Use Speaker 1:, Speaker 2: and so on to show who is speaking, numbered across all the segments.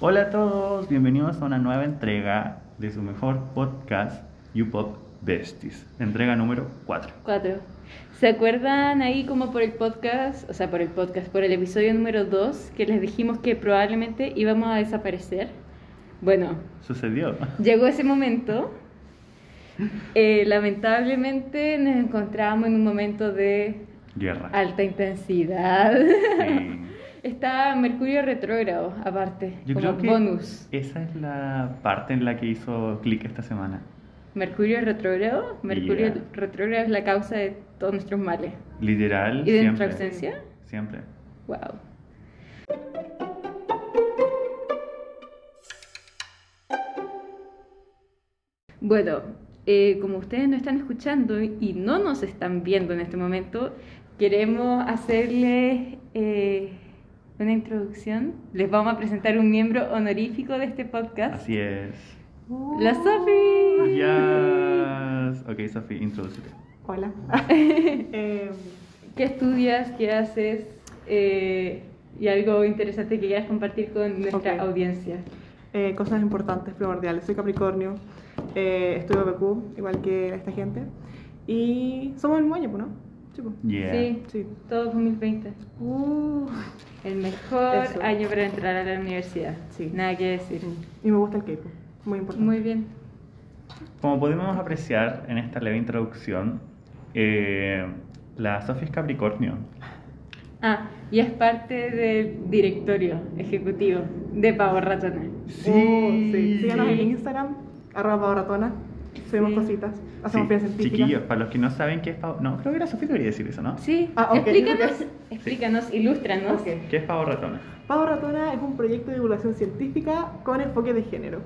Speaker 1: Hola a todos, bienvenidos a una nueva entrega de su mejor podcast, YouPop Besties, entrega número 4.
Speaker 2: Cuatro. ¿Se acuerdan ahí como por el podcast, o sea, por el podcast, por el episodio número 2, que les dijimos que probablemente íbamos a desaparecer? Bueno,
Speaker 1: Sucedió.
Speaker 2: llegó ese momento. Eh, lamentablemente nos encontrábamos en un momento de
Speaker 1: Guerra.
Speaker 2: alta intensidad.
Speaker 1: Sí.
Speaker 2: Está Mercurio retrógrado, aparte,
Speaker 1: Yo
Speaker 2: como
Speaker 1: creo que
Speaker 2: bonus.
Speaker 1: esa es la parte en la que hizo clic esta semana.
Speaker 2: Mercurio retrógrado, Mercurio
Speaker 1: Yeah.
Speaker 2: retrógrado es la causa de todos nuestros males.
Speaker 1: Literal.
Speaker 2: ¿Y de
Speaker 1: siempre.
Speaker 2: nuestra ausencia?
Speaker 1: Siempre.
Speaker 2: Wow. Bueno, eh, como ustedes no están escuchando y no nos están viendo en este momento, queremos hacerles eh, una introducción. Les vamos a presentar un miembro honorífico de este podcast,
Speaker 1: Así es.
Speaker 2: la Sofi.
Speaker 1: Yes. Ok, Sofi, introducite.
Speaker 3: Hola. Eh,
Speaker 2: ¿Qué estudias? ¿Qué haces? Eh, y algo interesante que quieras compartir con nuestra
Speaker 3: Ok.
Speaker 2: audiencia.
Speaker 3: eh, cosas importantes, primordiales. Soy Capricornio, eh, estudio BQ, igual que esta gente. Y somos el muelle, pues, ¿no? Sí. pues.
Speaker 1: Yeah.
Speaker 2: Sí.
Speaker 3: Sí.
Speaker 2: Todo 2020. Uh. El mejor
Speaker 3: Eso.
Speaker 2: año para entrar a la universidad.
Speaker 3: Sí.
Speaker 2: Nada que decir.
Speaker 3: Y me gusta el K-pop, muy importante.
Speaker 2: Muy bien.
Speaker 1: Como podemos apreciar en esta leve introducción, eh, la Sofi es Capricornio.
Speaker 2: Oh, Ah, y es parte del directorio ejecutivo de Pavo Ratona.
Speaker 1: Sí.
Speaker 3: Uh, sí. Síganos
Speaker 2: Sí.
Speaker 3: en Instagram, arroba paoratona. Subimos
Speaker 2: Sí.
Speaker 3: cositas,
Speaker 1: Sí,
Speaker 3: hacemos piezas científicas.
Speaker 1: Chiquillos, para los que no saben qué es Pavo... No, creo que era Sofi que debería decir eso, ¿no?
Speaker 2: Sí,
Speaker 3: Ah, ok,
Speaker 2: explícanos,
Speaker 3: ok.
Speaker 2: explícanos, ilústranos.
Speaker 3: Ok.
Speaker 1: ¿Qué es Pavo Ratona?
Speaker 3: Pavo Ratona es un proyecto de divulgación científica con enfoque de género.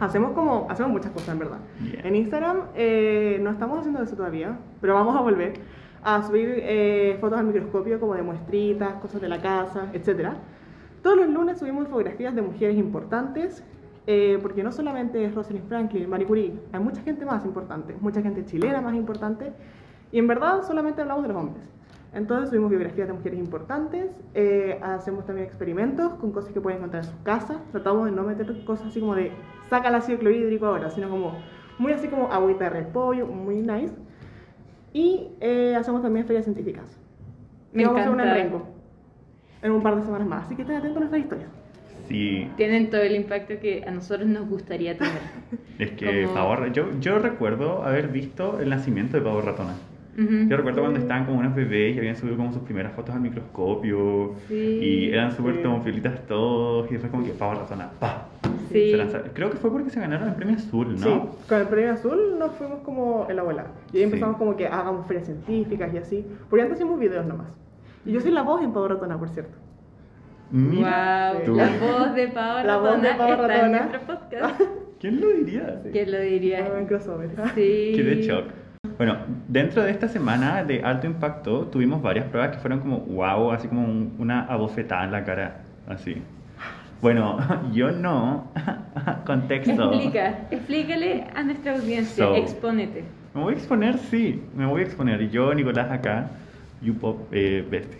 Speaker 3: Hacemos como, hacemos muchas cosas en verdad.
Speaker 1: Yeah.
Speaker 3: En Instagram eh, no estamos haciendo eso todavía, pero vamos a volver a subir eh, fotos al microscopio como de muestritas, cosas de la casa, etc. Todos los lunes subimos fotografías de mujeres importantes, eh, porque no solamente es Rosalind Franklin, Marie Curie, hay mucha gente más importante, mucha gente chilena más importante, y en verdad solamente hablamos de los hombres. Entonces subimos biografías de mujeres importantes, eh, hacemos también experimentos con cosas que pueden encontrar en sus casas, tratamos de no meter cosas así como de saca el ácido clorhídrico ahora, sino como muy así como agüita de repollo, muy nice. Y eh, hacemos también ferias científicas.
Speaker 2: Me
Speaker 3: Y vamos a hacer una en
Speaker 2: encanta.
Speaker 3: Rengo en un par de semanas más, así que estén atentos a nuestras historias.
Speaker 1: Sí,
Speaker 2: Tienen todo el impacto que a nosotros nos gustaría tener.
Speaker 1: es que
Speaker 2: Como-
Speaker 1: Pavo Ra- yo, yo recuerdo haber visto el nacimiento de Pavo Ratona.
Speaker 2: Ujú.
Speaker 1: Yo recuerdo cuando estaban como unos bebés y habían subido como sus primeras fotos al microscopio
Speaker 2: Sí.
Speaker 1: y eran súper
Speaker 3: Sí.
Speaker 1: como filitas todos y fue como que Pavo Ratona, pa.
Speaker 2: Sí.
Speaker 1: Se lanzaron. Creo que fue porque se ganaron el premio azul,
Speaker 3: Sí,
Speaker 1: ¿no?
Speaker 3: con el premio azul nos fuimos como el abuela. Y ahí empezamos
Speaker 1: Sí.
Speaker 3: como que "Ah, hagamos ferias científicas y así. Porque antes hacíamos videos nomás. Y yo soy la voz en Pavo Ratona, por cierto.
Speaker 1: Mira
Speaker 2: Guau,
Speaker 1: tú.
Speaker 2: la voz de Pavo
Speaker 3: La voz de
Speaker 2: Ratona
Speaker 3: Pavo
Speaker 2: está en
Speaker 3: Ratona.
Speaker 2: nuestro podcast.
Speaker 1: ¿Quién lo diría?
Speaker 2: ¿Quién lo
Speaker 3: Ah,
Speaker 2: diría?
Speaker 3: en crossover.
Speaker 2: Sí.
Speaker 1: Qué de shock. Bueno, dentro de esta semana de alto impacto tuvimos varias pruebas que fueron como wow, así como un- una abofetada en la cara, así. Bueno, yo no. Contexto.
Speaker 2: Explica, explícale a nuestra audiencia,
Speaker 1: So.
Speaker 2: expónete.
Speaker 1: Me voy a exponer, sí, me voy a exponer. Y Yo, Nicolás, acá, YouPop eh, Beste.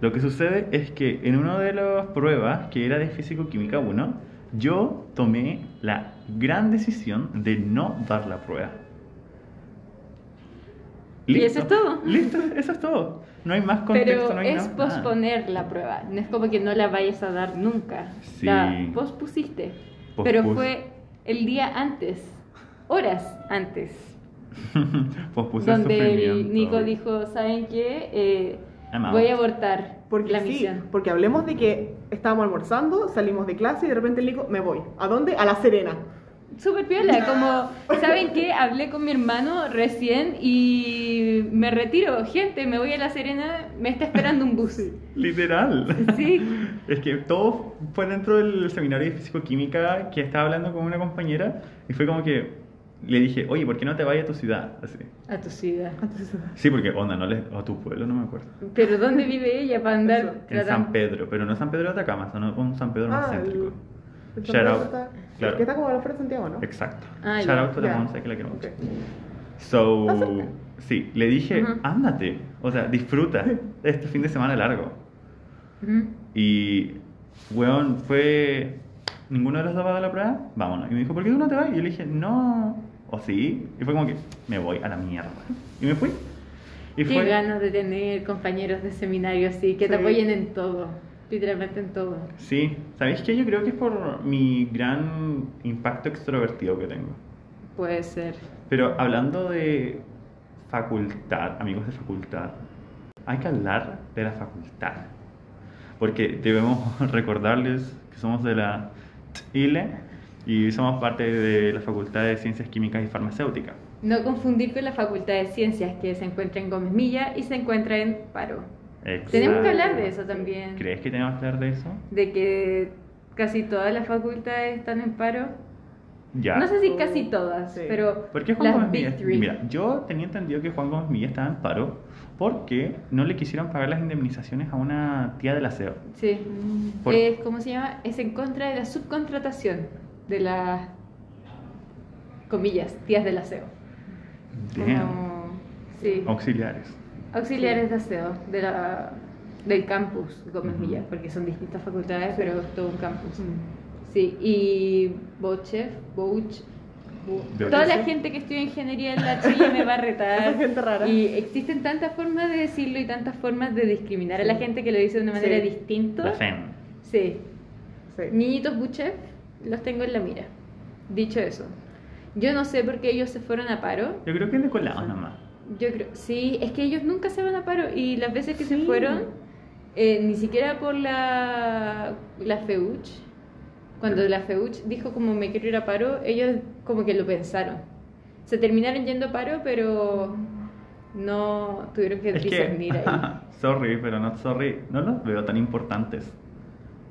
Speaker 1: Lo que sucede es que en una de las pruebas, que era de Físico-Química 1, yo tomé la gran decisión de no dar la prueba.
Speaker 2: ¿Y eso es todo?
Speaker 1: Listo, eso es todo. No hay más contexto,
Speaker 2: Pero
Speaker 1: no hay
Speaker 2: es
Speaker 1: nada.
Speaker 2: posponer la prueba, no es como que no la vayas a dar nunca.
Speaker 1: Sí.
Speaker 2: La pospusiste.
Speaker 1: Pospus-
Speaker 2: Pero fue el día antes, horas antes,
Speaker 1: Pospuse el
Speaker 2: donde el
Speaker 1: sufrimiento.
Speaker 2: Nico dijo, ¿saben qué? Eh,
Speaker 1: I'm out".
Speaker 2: voy a abortar
Speaker 3: Porque
Speaker 2: la
Speaker 3: sí,
Speaker 2: misión.
Speaker 3: porque hablemos de que estábamos almorzando, salimos de clase y de repente le digo, me voy. ¿A dónde? A La Serena.
Speaker 2: Súper piola, como, ¿saben qué? Hablé con mi hermano recién y me retiro. Gente, me voy a La Serena, me está esperando un bus.
Speaker 1: Literal.
Speaker 2: Sí,
Speaker 1: Es que todo fue dentro del seminario de físico-química que estaba hablando con una compañera y fue como que le dije, oye, ¿por qué no te vas a tu ciudad? Así.
Speaker 2: a tu ciudad.
Speaker 1: Sí, porque onda, no les, o a tu pueblo, no me acuerdo.
Speaker 2: Pero ¿dónde vive ella para
Speaker 3: Eso,
Speaker 2: andar
Speaker 1: En San
Speaker 2: tratando?
Speaker 1: Pedro, pero no San Pedro de Atacama, sino un San Pedro más
Speaker 3: Ah, el-
Speaker 1: céntrico.
Speaker 3: el
Speaker 1: Shout out.
Speaker 3: Está,
Speaker 1: Claro.
Speaker 3: Que está como al frente de Santiago, ¿no?
Speaker 1: Exacto.
Speaker 2: Ah,
Speaker 1: Shout
Speaker 2: ya.
Speaker 1: out to la
Speaker 3: Ya.
Speaker 1: Monse, que la quiero mucho.
Speaker 3: Ok.
Speaker 1: So,
Speaker 3: Está cerca.
Speaker 1: sí, le dije,
Speaker 2: Ajá.
Speaker 1: ándate, o sea, disfruta este fin de semana largo.
Speaker 2: Ujú.
Speaker 1: Y, weón, fue ninguno de los dos va a dar la prueba, vámonos. Y me dijo, ¿por qué tú no te vas? Y yo le dije, no, o sí. Y fue como que, me voy a la mierda. Y me fui. Y
Speaker 2: Qué ganas de tener compañeros de seminario así, que te
Speaker 3: Sí.
Speaker 2: apoyen en todo, literalmente en todo.
Speaker 1: Sí, ¿sabéis qué? Yo creo que es por mi gran impacto extrovertido que tengo.
Speaker 2: Puede ser.
Speaker 1: Pero hablando de facultad, amigos de facultad, hay que hablar de la facultad. Porque debemos recordarles que somos de la Chile E y somos parte de la Facultad de Ciencias Químicas y Farmacéuticas.
Speaker 2: No confundir con la Facultad de Ciencias, que se encuentra en Gómez Milla y se encuentra en Paro. Tenemos que hablar de eso también.
Speaker 1: ¿Crees que tenemos que hablar de eso?
Speaker 2: De que casi todas las facultades están en paro.
Speaker 1: Ya.
Speaker 2: No sé si casi todas,
Speaker 3: Sí.
Speaker 2: pero
Speaker 1: ¿Por qué Juan
Speaker 2: las
Speaker 1: Gómez
Speaker 2: Big
Speaker 1: Milla?
Speaker 2: Three.
Speaker 1: Mira, yo tenía entendido que Juan Gómez Milla estaba en paro porque no le quisieron pagar las indemnizaciones a una tía del aseo.
Speaker 2: Sí.
Speaker 1: Mm. Por-
Speaker 2: Es, ¿Cómo se llama? Es en contra de la subcontratación de las, comillas, tías del aseo.
Speaker 1: Damn.
Speaker 2: Como- sí.
Speaker 3: Oh.
Speaker 1: Auxiliares.
Speaker 2: Auxiliares de aseo de la, del campus Gómez Milla, porque son distintas facultades, pero es todo un campus.
Speaker 3: Mm.
Speaker 2: Sí, y Bochef, Bouch, Bo-
Speaker 1: Bouch.
Speaker 2: toda la gente que estudia ingeniería en la Chile me va a retar.
Speaker 3: Esa gente rara.
Speaker 2: Ah, Y existen tantas formas de decirlo y tantas formas de discriminar a la gente que lo dice de una manera
Speaker 3: Sí.
Speaker 2: distinta.
Speaker 1: La E FEM.
Speaker 2: Sí.
Speaker 3: Sí.
Speaker 2: Niñitos Buchev, los tengo en la mira. Dicho eso, yo no sé por qué ellos se fueron a paro.
Speaker 1: Yo creo que es de colado nomás.
Speaker 2: Yo creo, sí, es que ellos nunca se van a paro y las veces que se
Speaker 3: Sí.
Speaker 2: fueron, eh, ni siquiera por la, la FEUCH, cuando la FEUCH dijo como me quiero ir a paro, ellos como que lo pensaron. Se terminaron yendo a paro, pero no tuvieron que
Speaker 1: Es que,
Speaker 2: discernir ahí.
Speaker 1: sorry, pero no sorry, no los veo tan importantes.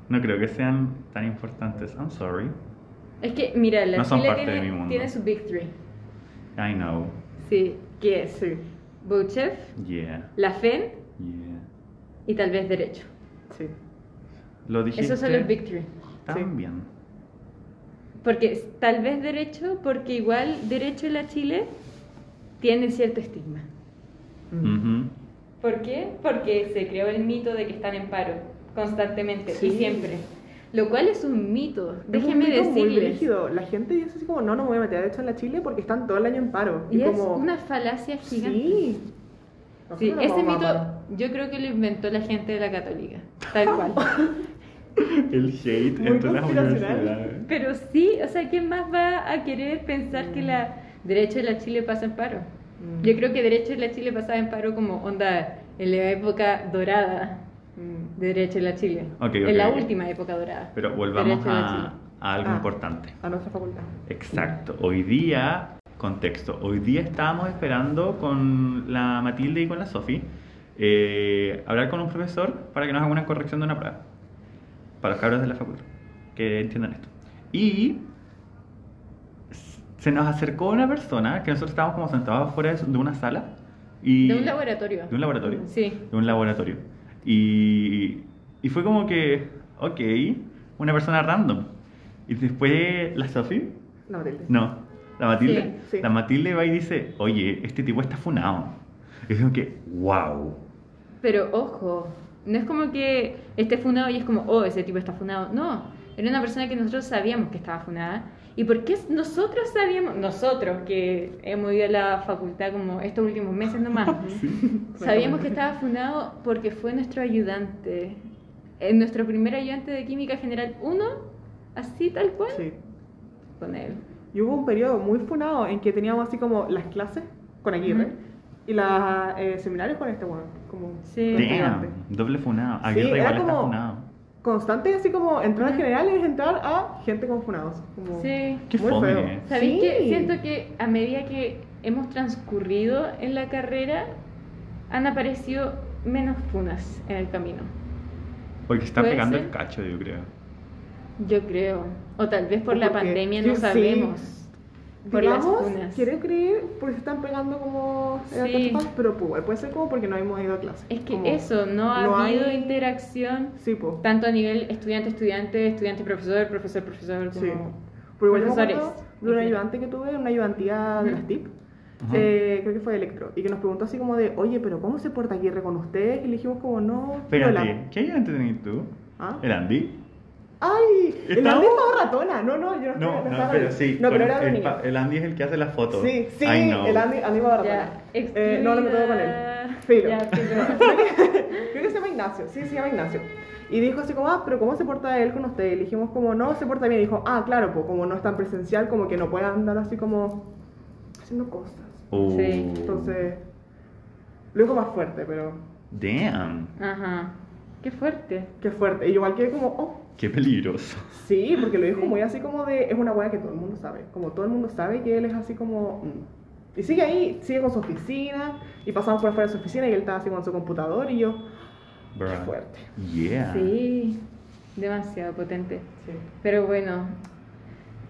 Speaker 1: No creo que sean tan importantes. I'm sorry.
Speaker 2: Es que, mira, la
Speaker 1: No son
Speaker 2: Chile
Speaker 1: parte de
Speaker 2: tiene,
Speaker 1: mi mundo.
Speaker 2: tiene su Big Three.
Speaker 1: I know.
Speaker 2: Sí, que es
Speaker 3: Sí,
Speaker 2: Bouchef,
Speaker 1: Yeah,
Speaker 2: la FEN
Speaker 1: yeah.
Speaker 2: y tal vez Derecho.
Speaker 3: sí.
Speaker 1: Lo dijiste
Speaker 2: Esos son los Big Three.
Speaker 1: tan bien.
Speaker 2: Porque es- tal vez derecho, porque igual derecho en la Chile tiene cierto estigma.
Speaker 1: Ujú.
Speaker 2: ¿Por qué? Porque se creó el mito de que están en paro constantemente y
Speaker 3: Sí.
Speaker 2: siempre. Lo cual es un mito,
Speaker 3: Es un
Speaker 2: déjenme
Speaker 3: mito muy
Speaker 2: decirles.
Speaker 3: rígido. La gente dice así como, no, no me voy a meter de hecho en la Chile porque están todo el año en paro.
Speaker 2: Y es
Speaker 3: como,
Speaker 2: una falacia gigante.
Speaker 3: Sí.
Speaker 2: Sí,
Speaker 3: Nosotros
Speaker 2: ese
Speaker 3: vamos a
Speaker 2: mito
Speaker 3: paro.
Speaker 2: yo creo que lo inventó la gente de la católica, tal cual.
Speaker 1: El hate
Speaker 3: Muy
Speaker 1: entre las
Speaker 3: conspiracional.
Speaker 1: universidades.
Speaker 2: Pero sí, o sea, ¿quién más va a querer pensar que la derecho de la Chile pasa en paro?
Speaker 3: Mm.
Speaker 2: Yo creo que derecho de la Chile pasaba en paro como onda en la época dorada
Speaker 3: Mm.
Speaker 2: de derecho de la Chile.
Speaker 1: Ok, ok,
Speaker 2: en la
Speaker 1: ok.
Speaker 2: última época dorada.
Speaker 1: Pero volvamos
Speaker 2: Derecho de la
Speaker 1: a,
Speaker 2: Chile.
Speaker 1: a algo
Speaker 3: Ah.
Speaker 1: importante.
Speaker 3: A nuestra facultad.
Speaker 1: Exacto. Hoy día, contexto, hoy día estábamos esperando con la Matilde y con la Sofi eh, hablar con un profesor para que nos haga una corrección de una prueba. Para los cabros de la facultad, que entiendan esto. Y se nos acercó una persona que nosotros estábamos como sentados fuera de una sala. Y
Speaker 2: De un laboratorio.
Speaker 1: De un laboratorio
Speaker 2: Sí.
Speaker 1: de un laboratorio. Y, y fue como que, ok, una persona random. Y después la Sofi,
Speaker 3: La Matilde.
Speaker 1: no, la Matilde,
Speaker 3: Sí, sí.
Speaker 1: la Matilde va y dice, oye, este tipo está funado. Y es como que, wow.
Speaker 2: Pero ojo, no es como que esté funado y es como, oh, ese tipo está funado. No, era una persona que nosotros sabíamos que estaba funada. ¿Y por qué nosotros sabíamos, nosotros que hemos ido a la facultad como estos últimos meses nomás, sabíamos que estaba funado porque fue nuestro ayudante, Eh, nuestro primer ayudante de Química General 1, así tal cual,
Speaker 3: Sí.
Speaker 2: con él.
Speaker 3: Y hubo un periodo muy funado en que teníamos así como las clases con Aguirre
Speaker 2: Ujú.
Speaker 3: y los seminarios con este bueno, como
Speaker 2: Sí.
Speaker 3: con este
Speaker 1: Damn,
Speaker 3: gigante.
Speaker 1: doble funado.
Speaker 3: Sí,
Speaker 1: Aguirre
Speaker 3: era
Speaker 1: igual está
Speaker 3: como-
Speaker 1: funado.
Speaker 3: Constante así como entrar a
Speaker 2: Ujú.
Speaker 3: general es entrar a gente con funados. Como,
Speaker 2: Sí.
Speaker 1: Qué
Speaker 3: Muy
Speaker 1: fome.
Speaker 3: feo.
Speaker 2: ¿Sabéis
Speaker 3: Sí.
Speaker 2: que siento que a medida que hemos transcurrido en la carrera han aparecido menos funas en el camino?
Speaker 1: Porque está
Speaker 2: Puede
Speaker 1: pegando
Speaker 2: ser.
Speaker 1: el cacho, yo creo.
Speaker 2: Yo creo. O tal vez por
Speaker 3: O
Speaker 2: la
Speaker 3: porque-
Speaker 2: pandemia
Speaker 3: yo
Speaker 2: no
Speaker 3: sí.
Speaker 2: sabemos. Por las
Speaker 3: Digamos,
Speaker 2: funas.
Speaker 3: quiero creer porque se están pegando como en
Speaker 2: Sí.
Speaker 3: otras cosas, pero pu- puede ser como porque no hemos ido a clase.
Speaker 2: Es que
Speaker 3: Como-
Speaker 2: eso, no ha
Speaker 3: no hay-
Speaker 2: habido interacción
Speaker 3: Sí, pues.
Speaker 2: tanto a nivel estudiante-estudiante, estudiante-profesor, profesor-profesor,
Speaker 3: Sí.
Speaker 2: como...
Speaker 3: Pero igual yo me
Speaker 2: Profesores,
Speaker 3: acuerdo de un
Speaker 2: en general.
Speaker 3: ayudante que tuve, una ayudantía de
Speaker 2: Ujú.
Speaker 3: las TIC,
Speaker 1: Ajá.
Speaker 3: eh, creo que fue de electro, y que nos preguntó así como de, oye, pero ¿cómo se porta Aguirre con ustedes? Y le dijimos como, no,
Speaker 1: Espérate,
Speaker 3: viola".
Speaker 1: ¿qué ayudante tenés tú?
Speaker 3: ¿Ah?
Speaker 1: ¿El Andy?
Speaker 3: ¡Ay! El Andy estaba ratona. No, no, yo no,
Speaker 1: No,
Speaker 3: estaba-
Speaker 1: no,
Speaker 3: estaba
Speaker 1: pero
Speaker 3: ratona.
Speaker 1: sí.
Speaker 3: No,
Speaker 1: con
Speaker 3: pero era de
Speaker 1: el,
Speaker 3: niño.
Speaker 1: pa- el Andy es el que hace las fotos.
Speaker 3: Sí, sí,
Speaker 1: I know.
Speaker 3: el Andy, Andy va a
Speaker 2: Ya,
Speaker 3: Eh, no, no me tengo con él.
Speaker 2: excluida.
Speaker 3: Filo.
Speaker 2: Ya, filo.
Speaker 3: Creo que se llama Ignacio. Sí, se llama Ignacio. Y dijo así como, ah, pero ¿cómo se porta él con ustedes? Le dijimos como, no, se porta bien. Y dijo, ah, claro, pues como no es tan presencial, como que no puede andar así como haciendo cosas.
Speaker 1: Oh.
Speaker 2: Sí.
Speaker 3: Entonces, lo dijo más fuerte, pero
Speaker 1: Damn.
Speaker 2: Ajá. Qué fuerte.
Speaker 3: qué fuerte. Y igual que como, oh,
Speaker 1: Qué peligroso.
Speaker 3: sí, porque lo dijo muy así como de, es una wea que todo el mundo sabe. Como todo el mundo sabe que él es así como... mm. Y sigue ahí, sigue con su oficina, y pasamos por afuera de su oficina y él estaba así con su computador y yo,
Speaker 1: Bruh.
Speaker 3: Qué fuerte.
Speaker 1: Yeah.
Speaker 2: Sí. Demasiado potente.
Speaker 3: sí.
Speaker 2: Pero bueno.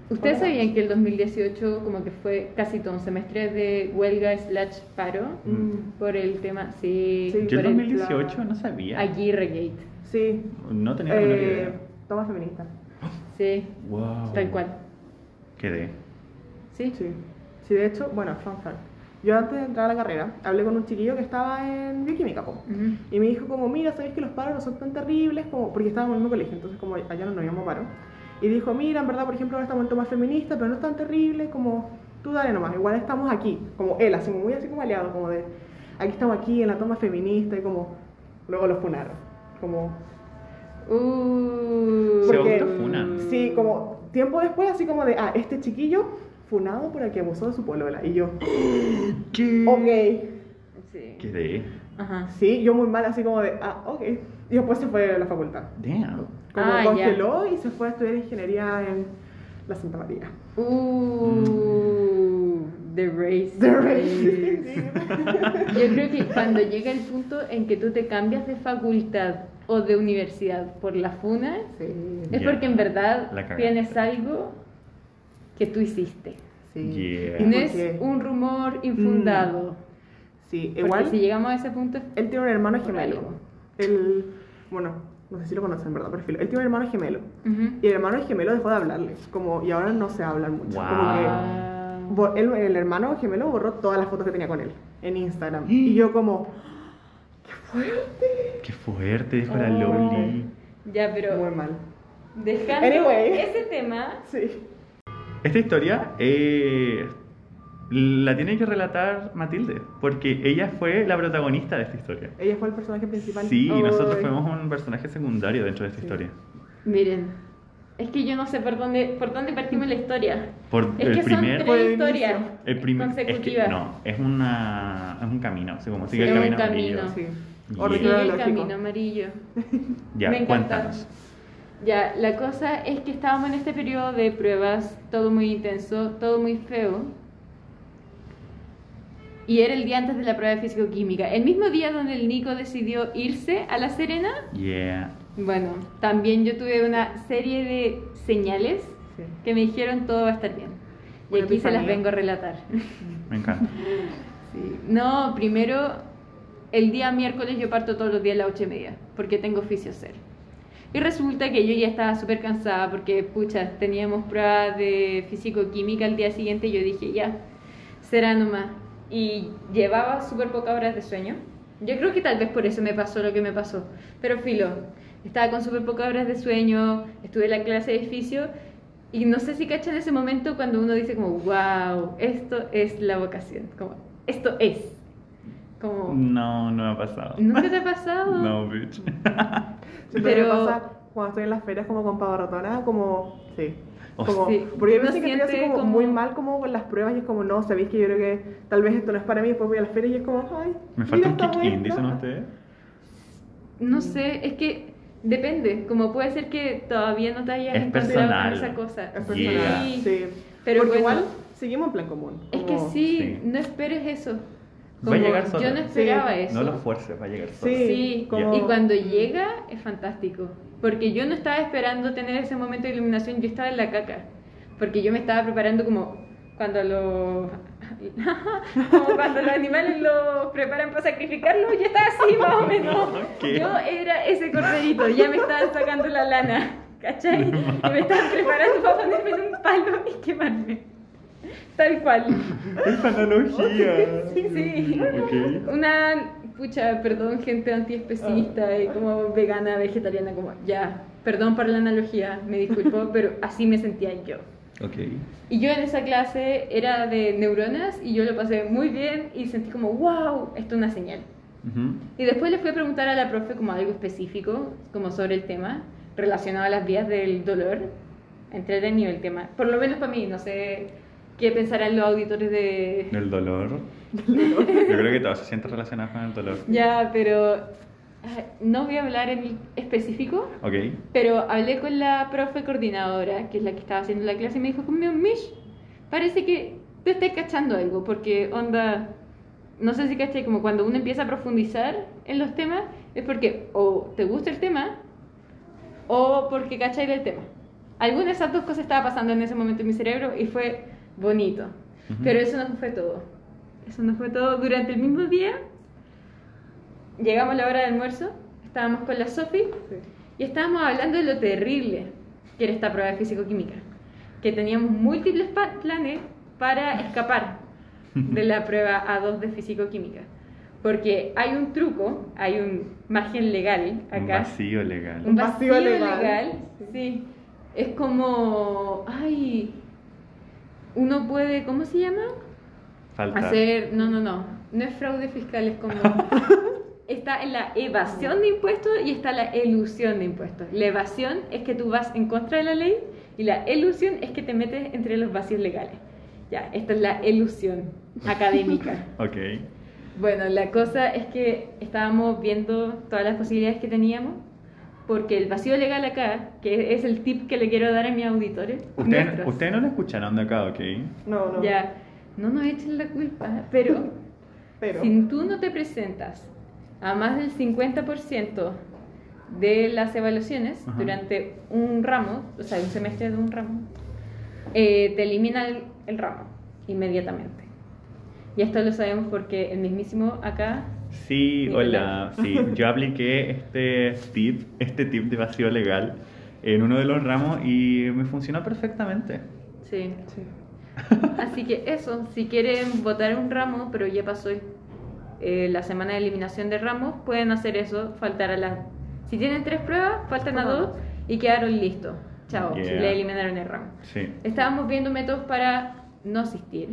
Speaker 2: ¿Ustedes
Speaker 3: Hola.
Speaker 2: sabían que el 2018 como que fue casi todo un semestre de huelga slash paro?
Speaker 1: Mm.
Speaker 2: Por el tema, sí.
Speaker 3: Sí,
Speaker 1: Yo
Speaker 2: por
Speaker 1: en
Speaker 2: el
Speaker 1: 2018 no sabía.
Speaker 2: Aguirre Gate.
Speaker 3: Sí.
Speaker 1: No tenía la menor
Speaker 3: Eh,
Speaker 1: idea.
Speaker 3: toma feminista.
Speaker 2: Sí,
Speaker 1: Wow.
Speaker 2: tal cual.
Speaker 1: Quedé.
Speaker 2: Sí.
Speaker 3: Sí. Sí, de hecho, bueno, fun fact. Yo antes de entrar a la carrera, hablé con un chiquillo que estaba en bioquímica, po.
Speaker 2: Ujú.
Speaker 3: Y me dijo como, mira, ¿sabéis que los paros no son tan terribles? Como, porque estábamos en el mismo colegio, entonces como allá no nos íbamos paro. Y dijo, mira, en verdad, por ejemplo, ahora estamos en toma feminista, pero no es tan terrible como, tú dale nomás, igual estamos aquí. Como él, así como muy así como aliado, como de, aquí estamos aquí en la toma feminista y como, luego los funaron. Como,
Speaker 2: Uh,
Speaker 1: Se
Speaker 3: Porque-
Speaker 1: autofuna.
Speaker 3: Sí, como tiempo después, así como de, ah, este chiquillo funado por el que abusó de su polola. Y yo,
Speaker 1: ¿Qué?
Speaker 3: ok.
Speaker 2: Sí.
Speaker 1: Quedé.
Speaker 2: Ajá.
Speaker 3: Sí, yo muy mal, así como de, ah, ok. Y después se fue a la facultad.
Speaker 1: Damn.
Speaker 3: Como
Speaker 2: Ah, ya.
Speaker 3: congeló y se fue a estudiar ingeniería en la Santa María.
Speaker 2: Uh, the race.
Speaker 3: The race.
Speaker 2: Yo creo que cuando llega el punto en que tú te cambias de facultad o de universidad por la funa,
Speaker 3: Sí,
Speaker 2: es
Speaker 1: Ya,
Speaker 2: porque en verdad
Speaker 1: la cagaste.
Speaker 2: tienes algo que tú hiciste.
Speaker 3: sí.
Speaker 1: Yeah.
Speaker 2: Y no
Speaker 3: Porque-
Speaker 2: es un rumor infundado.
Speaker 3: Sí,
Speaker 2: Porque
Speaker 3: Mm, igual.
Speaker 2: si llegamos a ese punto es
Speaker 3: Él tiene un hermano
Speaker 2: Por
Speaker 3: gemelo.
Speaker 2: algo.
Speaker 3: Él, bueno, no sé si lo conocen, ¿verdad? Perfil. Él tiene un hermano gemelo.
Speaker 2: Ujú.
Speaker 3: Y el hermano gemelo dejó de hablarle. Como, y ahora no se hablan mucho. Como que
Speaker 1: Wow. Ah.
Speaker 2: Ah.
Speaker 3: Bo- El, el hermano gemelo borró todas las fotos que tenía con él en Instagram. Y yo como,
Speaker 1: Qué fuerte, dijo la
Speaker 2: Ah.
Speaker 3: Oh.
Speaker 1: Lowly.
Speaker 2: Ya,
Speaker 3: muy
Speaker 2: pero
Speaker 3: mal.
Speaker 2: dejando
Speaker 3: Anyway.
Speaker 2: ese tema,
Speaker 3: Sí.
Speaker 1: Esta historia eh, la tiene que relatar Matilde, porque ella fue la protagonista de esta historia.
Speaker 3: Ella fue el personaje principal.
Speaker 1: Sí,
Speaker 2: Ay.
Speaker 1: nosotros fuimos un personaje secundario dentro de esta historia.
Speaker 2: miren, es que yo no sé por dónde, por dónde partimos la historia.
Speaker 1: Por
Speaker 2: Es
Speaker 1: el
Speaker 2: que
Speaker 1: primer,
Speaker 2: son
Speaker 3: Por el
Speaker 2: tres historias
Speaker 3: inicio.
Speaker 1: el primer, es que
Speaker 2: consecutivas.
Speaker 1: no, es una, es un camino, o sea, como sigue
Speaker 2: Sí,
Speaker 1: el
Speaker 2: es un
Speaker 1: camino amarillo.
Speaker 2: camino.
Speaker 3: Sí.
Speaker 1: Yeah.
Speaker 3: Orden
Speaker 2: Sigue el
Speaker 3: cronológico.
Speaker 2: camino amarillo.
Speaker 1: Ya,
Speaker 2: Me encanta.
Speaker 1: cuéntanos.
Speaker 2: Ya, la cosa es que estábamos en este periodo de pruebas, todo muy intenso, todo muy feo. Y era el día antes de la prueba de físico-química. El mismo día donde el Nico decidió irse a La Serena,
Speaker 1: Yeah.
Speaker 2: bueno, también yo tuve una serie de señales
Speaker 3: Sí.
Speaker 2: que me dijeron todo va a estar bien. Y
Speaker 3: Una
Speaker 2: aquí se las
Speaker 3: epifanía.
Speaker 2: vengo a relatar.
Speaker 1: Me encanta.
Speaker 2: Sí. No, primero, el día miércoles yo parto todos los días a las ocho y media, porque tengo oficio hacer. Y resulta que yo ya estaba súper cansada porque, pucha, teníamos pruebas de físico-química al día siguiente y yo dije, ya, será nomás. Y llevaba súper pocas horas de sueño. Yo creo que tal vez por eso me pasó lo que me pasó. Pero filo, estaba con súper pocas horas de sueño, estuve en la clase de oficio y no sé si cachan ese momento cuando uno dice como, wow, esto es la vocación, como, esto es. Como,
Speaker 1: No, no me ha pasado.
Speaker 2: ¿nunca te ha pasado?
Speaker 1: No, bitch.
Speaker 3: Siempre
Speaker 2: Pero-
Speaker 3: me pasa cuando estoy en las ferias como con pavarrotona, como, sí.
Speaker 1: Oh,
Speaker 3: Como,
Speaker 2: sí.
Speaker 3: Porque hay
Speaker 2: Uno
Speaker 3: veces que estoy así
Speaker 2: siente
Speaker 3: como,
Speaker 2: como-
Speaker 3: muy mal como con las pruebas y es como, no, sabéis que yo creo que tal vez esto no es para mí, después voy a las ferias y es como, ay,
Speaker 1: Me falta un
Speaker 3: mira, está
Speaker 1: kick-in,
Speaker 3: bueno.
Speaker 1: dicen ustedes.
Speaker 2: No
Speaker 1: Mm.
Speaker 2: sé, es que depende, como puede ser que todavía no te hayas
Speaker 1: Es
Speaker 2: encontrado
Speaker 1: personal.
Speaker 2: con esa cosa.
Speaker 3: Es personal,
Speaker 1: Yeah.
Speaker 2: Sí.
Speaker 3: Sí.
Speaker 2: Pero
Speaker 3: Porque
Speaker 2: bueno.
Speaker 3: igual seguimos en plan común.
Speaker 2: Es que
Speaker 3: como-
Speaker 2: sí,
Speaker 1: Sí.
Speaker 2: no esperes eso.
Speaker 1: Va a llegar
Speaker 2: yo
Speaker 1: sola.
Speaker 2: no esperaba
Speaker 3: Sí.
Speaker 2: eso.
Speaker 1: No lo fuerces, va a llegar solo.
Speaker 3: Sí.
Speaker 2: Sí,
Speaker 1: como- mm.
Speaker 2: y cuando llega es fantástico. Porque yo no estaba esperando tener ese momento de iluminación, yo estaba en la caca. Porque yo me estaba preparando como cuando los. como cuando los animales los preparan para sacrificarlos, yo estaba así más o menos.
Speaker 1: Ok.
Speaker 2: Yo era ese corderito, ya me estaban sacando la lana, ¿cachai? Y me estaban preparando para ponerme en un palo y quemarme. Tal cual.
Speaker 1: Esa analogía.
Speaker 2: Sí, sí.
Speaker 1: Ok.
Speaker 2: Una, pucha, perdón, gente antiespecista y como vegana, vegetariana, como ya. Perdón por la analogía, me disculpo, pero así me sentía yo.
Speaker 1: Ok.
Speaker 2: Y yo en esa clase era de neuronas y yo lo pasé muy bien y sentí como, wow, esto es una señal.
Speaker 1: Ujú.
Speaker 2: Y después le fui a preguntar a la profe como algo específico, como sobre el tema, relacionado a las vías del dolor. Entretenido el tema. Por lo menos para mí, no sé qué pensarán los auditores de,
Speaker 1: El dolor. Yo creo que todo se siente relacionado con el dolor.
Speaker 2: Ya, pero ah, no voy a hablar en específico,
Speaker 1: Ok.
Speaker 2: pero hablé con la profe coordinadora, que es la que estaba haciendo la clase, y me dijo, conmigo, Mish, parece que tú estás cachando algo, porque onda, no sé si caché, como cuando uno empieza a profundizar en los temas, es porque o te gusta el tema, o porque cachai el tema. Alguna de esas dos cosas estaba pasando en ese momento en mi cerebro y fue bonito.
Speaker 1: Ujú.
Speaker 2: Pero eso no fue todo. Eso no fue todo. Durante el mismo día, llegamos a la hora de almuerzo, estábamos con la Sofi y estábamos hablando de lo terrible que era esta prueba de físico-química. Que teníamos múltiples pa- planes para escapar de la prueba A2 de físico-química. Porque hay un truco, hay un margen legal acá.
Speaker 1: Un vacío legal.
Speaker 2: Un vacío,
Speaker 3: vacío
Speaker 2: legal.
Speaker 3: legal.
Speaker 2: sí. Es como. Ay. Uno puede. ¿Cómo se llama?
Speaker 1: Falta.
Speaker 2: Hacer. No, no, no. No es fraude fiscal, es como. está en la evasión de impuestos y está la elusión de impuestos. La evasión es que tú vas en contra de la ley y la elusión es que te metes entre los vacíos legales. Ya, esta es la elusión académica.
Speaker 1: Ok.
Speaker 2: Bueno, la cosa es que estábamos viendo todas las posibilidades que teníamos, porque el vacío legal acá, que es el tip que le quiero dar a mis auditores,
Speaker 1: Ustedes
Speaker 2: nuestros,
Speaker 1: ustedes no lo escucharon de acá, ok.
Speaker 3: No, no.
Speaker 2: ya, no nos echen la culpa, pero
Speaker 3: Pero.
Speaker 2: si tú no te presentas a más del 50% de las evaluaciones
Speaker 1: Ajá.
Speaker 2: durante un ramo, o sea, un semestre de un ramo, eh, te elimina el, el ramo inmediatamente. Y esto lo sabemos porque el mismísimo acá
Speaker 1: Sí, hola. Sí, yo apliqué este tip, este tip de vacío legal en uno de los ramos y me funcionó perfectamente.
Speaker 2: Sí.
Speaker 3: Sí.
Speaker 2: Así que eso, si quieren votar un ramo, pero ya pasó eh, la semana de eliminación de ramos, pueden hacer eso, faltar a las... Si tienen tres pruebas, faltan a
Speaker 3: Ajá.
Speaker 2: dos y quedaron listos. Chao,
Speaker 1: Yeah.
Speaker 2: le eliminaron el ramo.
Speaker 1: Sí.
Speaker 2: Estábamos viendo métodos para no asistir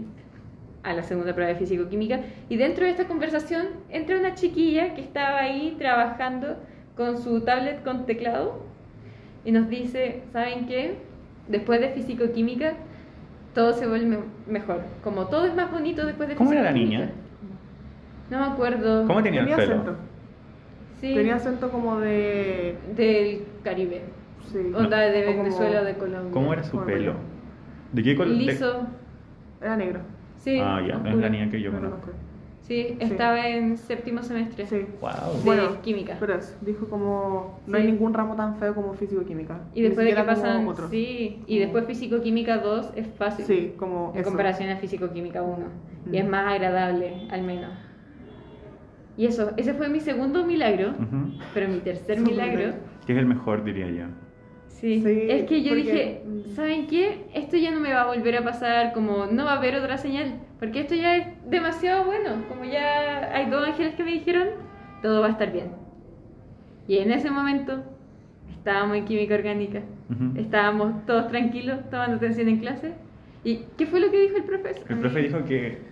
Speaker 2: a la segunda prueba de físico-química y dentro de esta conversación entra una chiquilla que estaba ahí trabajando con su tablet con teclado y nos dice, ¿saben qué? Después de físico-química todo se vuelve mejor, como todo es más bonito después de
Speaker 1: ¿Cómo era la
Speaker 2: físicoquímica".
Speaker 1: niña?
Speaker 2: No me acuerdo.
Speaker 1: ¿Cómo tenía el
Speaker 3: Tenía
Speaker 1: pelo?
Speaker 3: acento.
Speaker 2: Sí,
Speaker 3: Tenía acento como de.
Speaker 2: del Caribe,
Speaker 3: Sí.
Speaker 2: onda de
Speaker 3: O como-
Speaker 2: Venezuela o de Colombia.
Speaker 1: ¿Cómo era su
Speaker 3: Como
Speaker 1: pelo?
Speaker 3: yo.
Speaker 1: ¿De qué color?
Speaker 2: Liso.
Speaker 3: Era negro.
Speaker 2: Sí.
Speaker 1: Ah, ya, no es
Speaker 2: oscuro.
Speaker 1: la niña que yo
Speaker 3: No lo
Speaker 1: conozco.
Speaker 2: Sí,
Speaker 3: Sí.
Speaker 2: estaba en séptimo semestre.
Speaker 3: Sí.
Speaker 1: Wow.
Speaker 2: De química.
Speaker 3: Pero eso, dijo como no
Speaker 2: Sí.
Speaker 3: hay ningún ramo tan feo como físico-química.
Speaker 2: Y después de que pasan,
Speaker 3: pasan otros. Mm.
Speaker 2: sí, y después físico-química 2 es fácil
Speaker 3: Sí, como
Speaker 2: en
Speaker 3: eso.
Speaker 2: comparación a físico-química 1 y
Speaker 3: Mm.
Speaker 2: es más agradable al menos. Y eso, ese fue mi segundo milagro,
Speaker 3: Mm.
Speaker 1: Ujú.
Speaker 2: pero mi tercer
Speaker 3: Segundo
Speaker 2: milagro,
Speaker 3: milagro.
Speaker 1: Que es el mejor, diría yo.
Speaker 2: sí,
Speaker 3: Sí,
Speaker 2: es que yo
Speaker 3: porque-
Speaker 2: dije,
Speaker 3: mm.
Speaker 2: ¿saben qué? Esto ya no me va a volver a pasar, como no va a haber otra señal, porque esto ya es demasiado bueno, como ya hay dos ángeles que me dijeron, todo va a estar bien. Y en ese momento estábamos en química orgánica.
Speaker 1: Ujú.
Speaker 2: Estábamos todos tranquilos, tomando atención en clase. ¿Y qué fue lo que dijo el profesor?
Speaker 1: El profe dijo que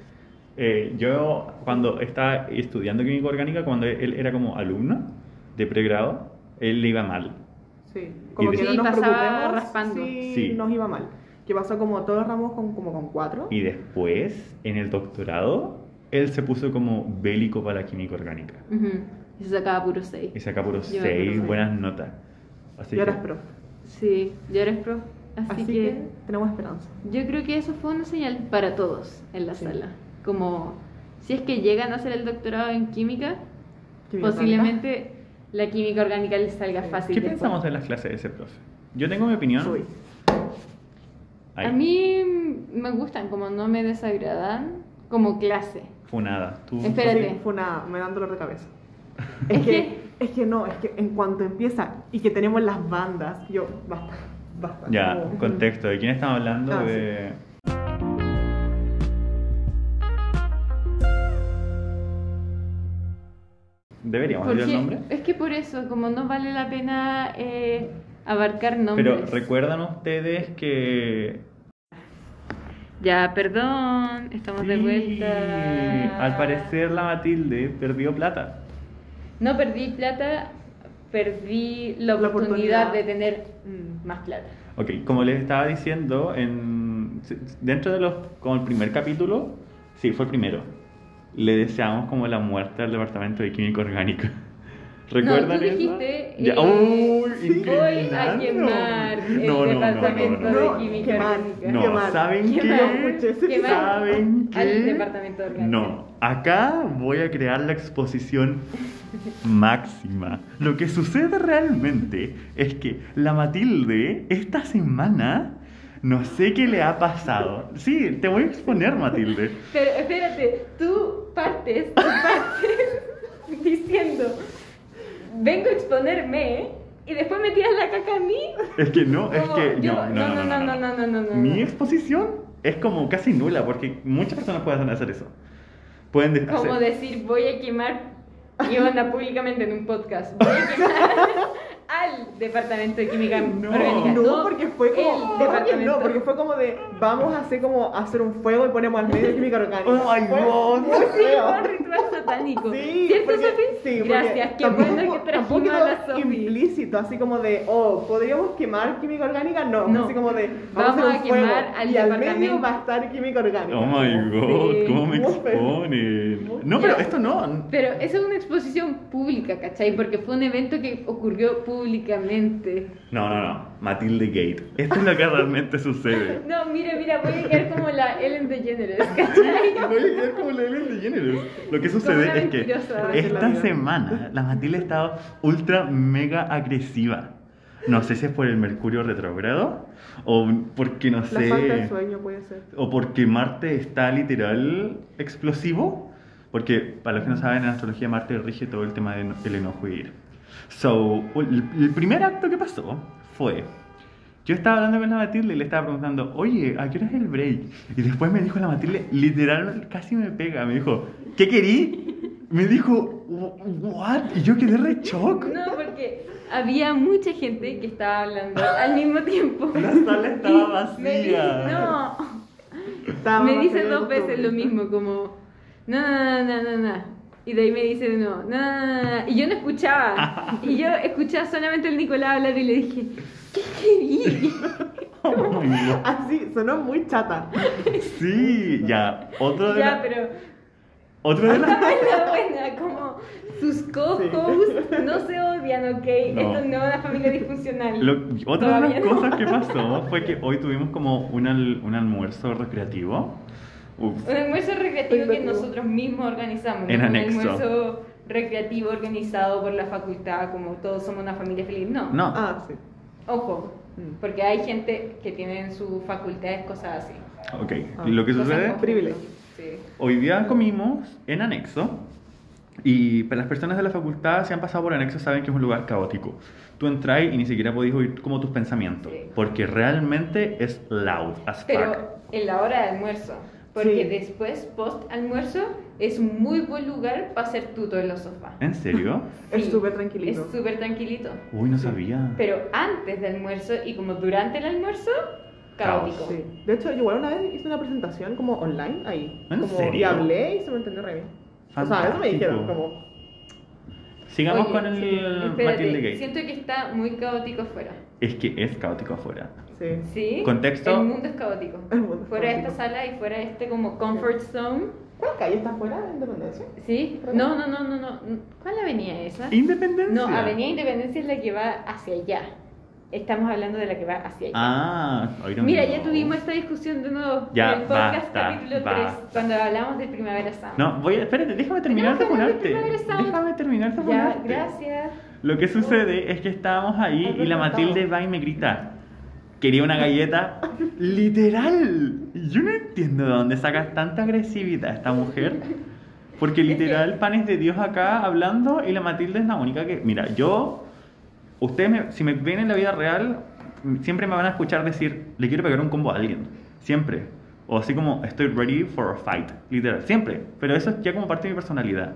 Speaker 1: eh, yo cuando estaba estudiando química orgánica, cuando él era como alumno de pregrado, él le iba mal.
Speaker 3: Sí, como
Speaker 1: Y
Speaker 3: que
Speaker 1: de-
Speaker 3: no
Speaker 2: Sí,
Speaker 3: nos
Speaker 2: pasaba
Speaker 3: preocupemos
Speaker 2: raspando.
Speaker 3: si
Speaker 1: Sí.
Speaker 3: nos iba mal. Que pasó como todos los ramos con, como con cuatro.
Speaker 1: Y después, en el doctorado, él se puso como bélico para química orgánica.
Speaker 2: Ujú, Y se sacaba puro 6.
Speaker 1: Y saca puros
Speaker 2: Yo me acuerdo
Speaker 1: seis
Speaker 2: de-
Speaker 1: buenas notas. Así
Speaker 3: y ahora
Speaker 1: que-
Speaker 3: es pro.
Speaker 2: Sí, yo eres pro. Así, que,
Speaker 3: Así, que... tenemos esperanza.
Speaker 2: yo creo que eso fue una señal para todos en la
Speaker 3: Sí.
Speaker 2: sala. Como si es que llegan a hacer el doctorado en química,
Speaker 3: Química
Speaker 2: posiblemente la química orgánica les salga
Speaker 3: Sí.
Speaker 2: fácil.
Speaker 1: ¿Qué
Speaker 2: después.
Speaker 1: pensamos de las clases de ese profe? Yo tengo mi opinión.
Speaker 3: orgánica. Uy.
Speaker 1: Ahí.
Speaker 2: A mí me gustan, como no me desagradan, como clase.
Speaker 1: Funada. Tú-
Speaker 2: Espérate.
Speaker 3: Sí, fue una, me dan dolor de cabeza.
Speaker 2: Es
Speaker 3: Es
Speaker 2: que-
Speaker 3: que, es que no, es que en cuanto empieza y que tenemos las bandas, yo, basta, basta.
Speaker 1: Ya,
Speaker 3: como-
Speaker 1: contexto. ¿De quién estamos hablando?
Speaker 3: Ah, sí.
Speaker 1: de... ¿Deberíamos decir el
Speaker 2: Porque-
Speaker 1: nombre?
Speaker 2: Es que por eso, como no vale la pena eh, abarcar nombres.
Speaker 1: Pero recuerdan ustedes que...
Speaker 2: Ya, perdón, estamos de
Speaker 1: Sí,
Speaker 2: vuelta.
Speaker 1: Al parecer la Matilde perdió plata.
Speaker 2: No perdí plata, perdí la oportunidad,
Speaker 3: La oportunidad.
Speaker 2: de tener mm, más plata.
Speaker 1: Ok, como les estaba diciendo, en, dentro de los, como el primer capítulo, sí, fue el primero, le deseamos como la muerte al departamento de química orgánica. ¿Recuerdan
Speaker 2: tú
Speaker 1: eso?
Speaker 2: dijiste,
Speaker 1: Ya,
Speaker 2: eh,
Speaker 1: ¡Uy,
Speaker 2: sí, voy a
Speaker 1: increíble!
Speaker 2: quemar el departamento
Speaker 1: no, no.
Speaker 2: de química.
Speaker 3: quemar,
Speaker 1: No,
Speaker 3: quemar.
Speaker 1: ¿saben qué?
Speaker 2: Quemar, quemar
Speaker 1: ¿Saben qué?
Speaker 2: al departamento de orgánica.
Speaker 1: No, acá voy a crear la exposición máxima. Lo que sucede realmente es que la Matilde esta semana no sé qué le ha pasado. Sí, te voy a exponer, Matilde.
Speaker 2: Pero espérate, tú partes, tú partes diciendo, vengo a exponerme y después me tiras la caca a mí.
Speaker 1: Es que no, es
Speaker 2: Como
Speaker 1: que
Speaker 2: yo-
Speaker 1: no, no, no, no, no,
Speaker 2: no, no, no, no, no.
Speaker 1: Mi exposición es como casi nula porque muchas personas pueden hacer eso. Pueden de-
Speaker 2: Como
Speaker 1: hacer-
Speaker 2: decir, voy a quemar y onda públicamente en un podcast. Voy a quemar al departamento de química
Speaker 1: No.
Speaker 2: orgánica.
Speaker 3: No, porque fue como.
Speaker 2: el
Speaker 3: no,
Speaker 2: departamento.
Speaker 3: No, porque fue como de. Vamos a hacer como hacer un fuego y ponemos al medio química orgánica.
Speaker 1: Oh my
Speaker 3: Fue
Speaker 1: God.
Speaker 3: muy
Speaker 2: Sí, fue un
Speaker 3: feo.
Speaker 2: ritual satánico.
Speaker 3: Sí,
Speaker 2: ¿Cierto,
Speaker 3: porque-
Speaker 2: Sofi?
Speaker 3: sí, porque
Speaker 2: Gracias, qué
Speaker 3: tampoco-
Speaker 2: bueno que
Speaker 3: tampoco
Speaker 2: trajimos a la
Speaker 3: quedó
Speaker 2: Sofi.
Speaker 3: implícito, así como de, oh, ¿podríamos quemar química orgánica? No,
Speaker 2: No.
Speaker 3: así como de,
Speaker 2: Vamos
Speaker 3: hacer
Speaker 2: a
Speaker 3: un
Speaker 2: quemar
Speaker 3: fuego,
Speaker 2: al
Speaker 3: y al medio
Speaker 2: departamento.
Speaker 3: va a estar química orgánica.
Speaker 1: Oh my god,
Speaker 2: Sí.
Speaker 1: ¿cómo me
Speaker 3: Muy
Speaker 1: exponen?
Speaker 3: feo.
Speaker 1: No, pero
Speaker 2: Ya.
Speaker 1: esto no.
Speaker 2: Pero esa es una exposición pública, ¿cachai? Porque fue un evento que ocurrió públicamente.
Speaker 1: No, no, no. Matilde Gate. Esto es lo que realmente sucede.
Speaker 2: No, mira, mira, voy a quedar como la Ellen DeGeneres, ¿cachai?
Speaker 1: Voy a quedar como la Ellen DeGeneres. Lo que
Speaker 2: una
Speaker 1: sucede es que
Speaker 2: mentirosa.
Speaker 1: esta semana la Matilde ha estado ultra mega agresiva. No sé si es por el mercurio retrógrado o porque no
Speaker 3: La
Speaker 1: sé.
Speaker 3: falta de sueño puede ser.
Speaker 1: o porque Marte está literal explosivo, porque para los que no saben, en astrología Marte rige todo el tema del enojo y ira. So, el, el primer acto que pasó fue, yo estaba hablando con la Matilde y le estaba preguntando, oye, ¿a qué hora es el break? Y después me dijo la Matilde, literal, casi me pega, me dijo, ¿qué querí? Me dijo, ¿what? Y yo quedé re shock.
Speaker 2: No, porque había mucha gente que estaba hablando al mismo tiempo.
Speaker 1: La sala estaba
Speaker 2: Y me di-
Speaker 1: vacía.
Speaker 2: no,
Speaker 3: Estaba
Speaker 2: me
Speaker 3: más
Speaker 2: dice
Speaker 3: cerca de
Speaker 2: dos veces lo
Speaker 3: costumbre.
Speaker 2: mismo, como, no, no, no, no, no, no. Y de ahí me dice de nuevo, no, no, no, no, no. Y yo no escuchaba. Y yo escuchaba solamente al Nicolás hablar y le dije, ¿qué querí?
Speaker 1: Oh my God.
Speaker 3: Así, Ah, sonó muy chata.
Speaker 1: Sí, ya. Otro de
Speaker 2: Ya,
Speaker 1: la-
Speaker 2: pero
Speaker 1: Otro de las...
Speaker 2: Es la buena, como sus co-hosts no se odian, ¿ok?
Speaker 1: No.
Speaker 2: Esto no es una familia disfuncional.
Speaker 1: Lo- otra de las
Speaker 2: Todavía no.
Speaker 1: cosas que pasó fue que hoy tuvimos como un, al- un almuerzo recreativo. Uf,
Speaker 2: Un almuerzo recreativo que
Speaker 3: Recreativo.
Speaker 2: nosotros mismos organizamos.
Speaker 1: En
Speaker 2: no
Speaker 1: anexo.
Speaker 2: Un almuerzo recreativo organizado por la facultad, como todos somos una familia feliz. No.
Speaker 1: No,
Speaker 3: Ah, sí.
Speaker 2: Ojo,
Speaker 3: Mm.
Speaker 2: porque hay gente que tiene en sus facultades cosas así.
Speaker 1: ok.
Speaker 3: Ah.
Speaker 1: Lo que
Speaker 2: Cosas
Speaker 1: sucede,
Speaker 2: como-
Speaker 3: Privilegio.
Speaker 2: Sí.
Speaker 1: hoy día comimos en anexo. Y para las personas de la facultad, si han pasado por anexo, saben que es un lugar caótico. Tú entras y ni siquiera podés oír como tus pensamientos.
Speaker 2: Sí.
Speaker 1: Porque realmente es loud as fuck.
Speaker 2: Pero en la hora de almuerzo. Porque
Speaker 3: Sí.
Speaker 2: después, post almuerzo, es un muy buen lugar para hacer tuto en los sofás.
Speaker 3: Ah,
Speaker 1: ¿En serio?
Speaker 3: Es
Speaker 2: Sí,
Speaker 3: súper tranquilito.
Speaker 2: Es súper tranquilito.
Speaker 1: Uy, no sabía.
Speaker 2: Pero antes del almuerzo y como durante el almuerzo,
Speaker 1: Caos.
Speaker 2: caótico.
Speaker 3: Sí. De hecho, yo igual una vez hice una presentación como online ahí.
Speaker 1: ¿En
Speaker 3: como,
Speaker 1: serio?
Speaker 3: Y hablé y se me entendió re bien. O sea, eso me
Speaker 1: Fantástico.
Speaker 3: dijeron como...
Speaker 1: Sigamos
Speaker 2: Oye,
Speaker 1: con el
Speaker 2: sí, espérate,
Speaker 1: Matilde Gate.
Speaker 2: Siento que está muy caótico fuera.
Speaker 1: Es que es caótico afuera.
Speaker 3: Sí.
Speaker 2: ¿Sí?
Speaker 1: Contexto.
Speaker 2: El mundo es caótico.
Speaker 3: El mundo es
Speaker 2: fuera de
Speaker 3: caótico.
Speaker 2: esta sala y fuera de este como comfort zone.
Speaker 3: ¿Cuál calle está fuera de Independencia?
Speaker 2: ¿Sí? No, no, no, no, no. ¿Cuál avenida es esa?
Speaker 1: Independencia.
Speaker 2: No, Avenida Independencia es la que va hacia allá. Estamos hablando de la que va hacia allá.
Speaker 1: Ah, I don't
Speaker 2: Mira,
Speaker 1: know.
Speaker 2: ya tuvimos esta discusión de nuevo
Speaker 1: Ya,
Speaker 2: en el podcast
Speaker 1: basta,
Speaker 2: capítulo 3,
Speaker 1: basta.
Speaker 2: cuando hablamos de Primavera Sound.
Speaker 1: No, voy a, espérate, déjame terminar de
Speaker 2: Tenemos que hablar de
Speaker 1: ponerte.
Speaker 2: Primavera Sound.
Speaker 1: Déjame terminar de
Speaker 2: Ya,
Speaker 1: ponerte.
Speaker 2: gracias.
Speaker 1: Lo que sucede es que estábamos ahí y la Matilde va y me grita. Quería una galleta. Literal. Yo no entiendo de dónde sacas tanta agresividad esta mujer. Porque literal, panes de Dios acá hablando y la Matilde es la única que... Mira, yo... Ustedes, me- si me ven en la vida real, siempre me van a escuchar decir, le quiero pegar un combo a alguien. Siempre. O así como, estoy ready for a fight. Literal, siempre. Pero eso es ya como parte de mi personalidad.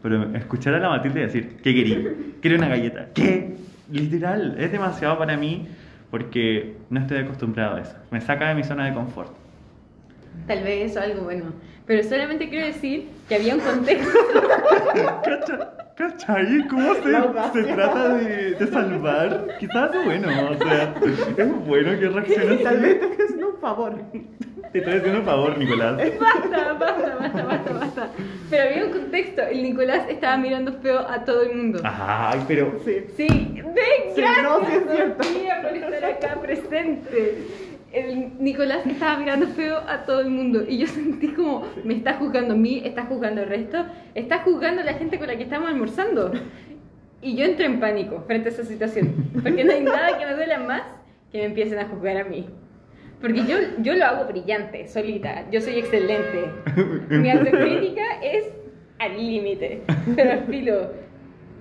Speaker 1: Pero escuchar a la Matilde decir, ¿qué querí? Quiero una galleta. ¿Qué? Literal, es demasiado para mí porque no estoy acostumbrado a eso. Me saca de mi zona de confort.
Speaker 2: Tal vez eso algo bueno. Pero solamente quiero decir que había un contexto.
Speaker 1: Cacha- ¿Cachai? ¿Cómo se,
Speaker 3: La audacia.
Speaker 1: se trata de, de salvar? Quizás es bueno, o sea, es bueno que reacciones.
Speaker 3: Tal vez te estoy haciendo un favor.
Speaker 1: Te estoy haciendo un favor, Nicolás.
Speaker 2: Basta, basta, basta, basta, basta. Pero había un contexto. El Nicolás estaba mirando feo a todo el mundo.
Speaker 1: Ah, Ay, pero
Speaker 3: Sí.
Speaker 2: Sí, ven,
Speaker 3: Sí,
Speaker 2: gracias,
Speaker 3: no, sí es cierto.
Speaker 2: Sofía, por estar acá presente. El Nicolás estaba mirando feo a todo el mundo y yo sentí como, me está juzgando a mí, está juzgando al resto, está juzgando a la gente con la que estamos almorzando. Y yo entro en pánico frente a esa situación, porque no hay nada que me duela más que me empiecen a juzgar a mí. Porque yo, yo lo hago brillante, solita, yo soy excelente. Mi autocrítica es al límite, pero al filo.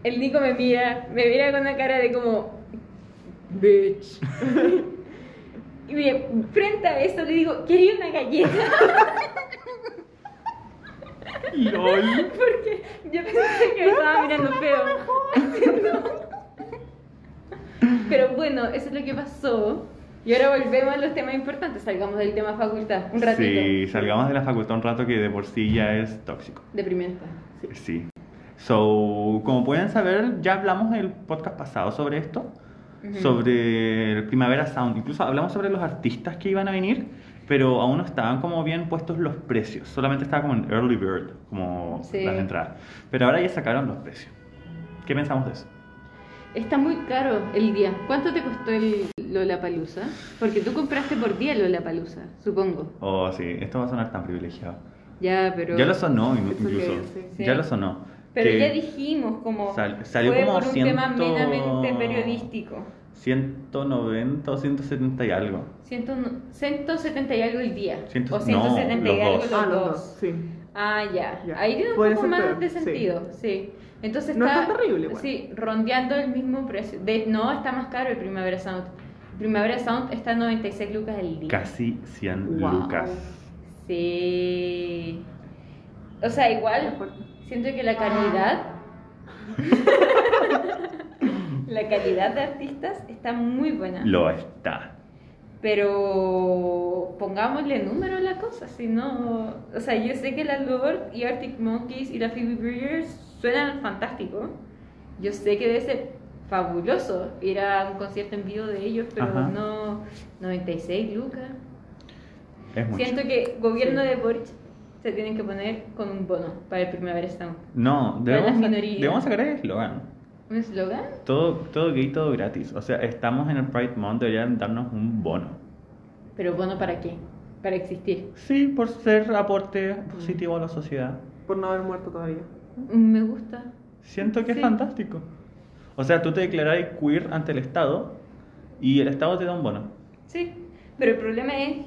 Speaker 2: El Nico me mira, me mira con una cara de como, bitch. Y me- frente a esto le digo, quería una galleta,
Speaker 1: LOL.
Speaker 2: porque yo pensé que me estaba mirando feo. No. Pero bueno, eso es lo que pasó. Y ahora volvemos a los temas importantes, salgamos del tema facultad, un ratito.
Speaker 1: Sí, salgamos de la facultad un rato que de por sí ya es tóxico.
Speaker 2: Deprimente.
Speaker 1: Sí. So, como pueden saber, ya hablamos en el podcast pasado sobre esto,
Speaker 2: Ujú.
Speaker 1: sobre el Primavera Sound. Incluso hablamos sobre los artistas que iban a venir, pero aún no estaban como bien puestos los precios. Solamente estaba como en Early Bird, como
Speaker 2: Sí.
Speaker 1: las entradas. Pero ahora ya sacaron los precios. ¿Qué pensamos de eso?
Speaker 2: Está muy caro el día. ¿Cuánto te costó el Lollapalooza? Porque tú compraste por día Lollapalooza, supongo.
Speaker 1: Oh, sí, esto va a sonar tan privilegiado.
Speaker 2: Ya, pero...
Speaker 1: ya lo sonó in-
Speaker 3: Eso que
Speaker 1: incluso.
Speaker 3: sí,
Speaker 2: sí.
Speaker 1: Ya lo sonó.
Speaker 2: Pero
Speaker 1: Que
Speaker 2: ya dijimos como
Speaker 1: sal- salió
Speaker 2: fue
Speaker 1: como
Speaker 2: por un tema
Speaker 1: 100
Speaker 2: meramente periodístico.
Speaker 1: 190 o 170 y algo.
Speaker 2: 100 170 y algo el día.
Speaker 1: Ciento-
Speaker 2: o 170 y
Speaker 1: no,
Speaker 2: algo
Speaker 1: los
Speaker 2: los
Speaker 1: dos.
Speaker 3: Ah, los
Speaker 2: dos.
Speaker 3: dos, sí.
Speaker 2: Ah, ya.
Speaker 3: Ya.
Speaker 2: Ahí tiene un
Speaker 3: Puede
Speaker 2: poco
Speaker 3: ser
Speaker 2: más
Speaker 3: peor,
Speaker 2: de
Speaker 3: sí.
Speaker 2: sentido, sí. Entonces
Speaker 3: No es
Speaker 2: está,
Speaker 3: tan terrible, igual.
Speaker 2: Sí, rondeando el mismo precio. De, no, está más caro el Primavera Sound. Primavera Sound está a 96 lucas el día.
Speaker 1: Casi 100
Speaker 3: Wow.
Speaker 1: lucas.
Speaker 2: Sí. O sea, igual siento que la calidad la calidad de artistas está muy buena.
Speaker 1: Lo está.
Speaker 2: Pero pongámosle número a la cosa, si no, o sea, yo sé que la Lord y Arctic Monkeys y la Phoebe Bridgers suenan fantástico. Yo sé que debe ser fabuloso ir a un concierto en vivo de ellos, pero
Speaker 1: Ajá.
Speaker 2: no 96 lucas.
Speaker 1: Es mucho.
Speaker 2: Siento que gobierno
Speaker 3: Sí.
Speaker 2: de Boric se tienen que poner con un bono para el Primavera Sound.
Speaker 1: No,
Speaker 2: Para las
Speaker 1: debemos, sa-
Speaker 2: minorías.
Speaker 1: debemos sacar el eslogan.
Speaker 2: ¿Un eslogan?
Speaker 1: Todo, todo gay, todo gratis. O sea, estamos en el Pride Month, deberían darnos un bono.
Speaker 2: ¿Pero bono para qué? Para existir.
Speaker 1: Sí, por ser aporte positivo a la sociedad.
Speaker 3: Por no haber muerto todavía.
Speaker 2: Me gusta.
Speaker 1: Siento que
Speaker 2: Sí.
Speaker 1: es fantástico. O sea, tú te declarás queer ante el Estado y el Estado te da un bono.
Speaker 2: Sí, pero el problema es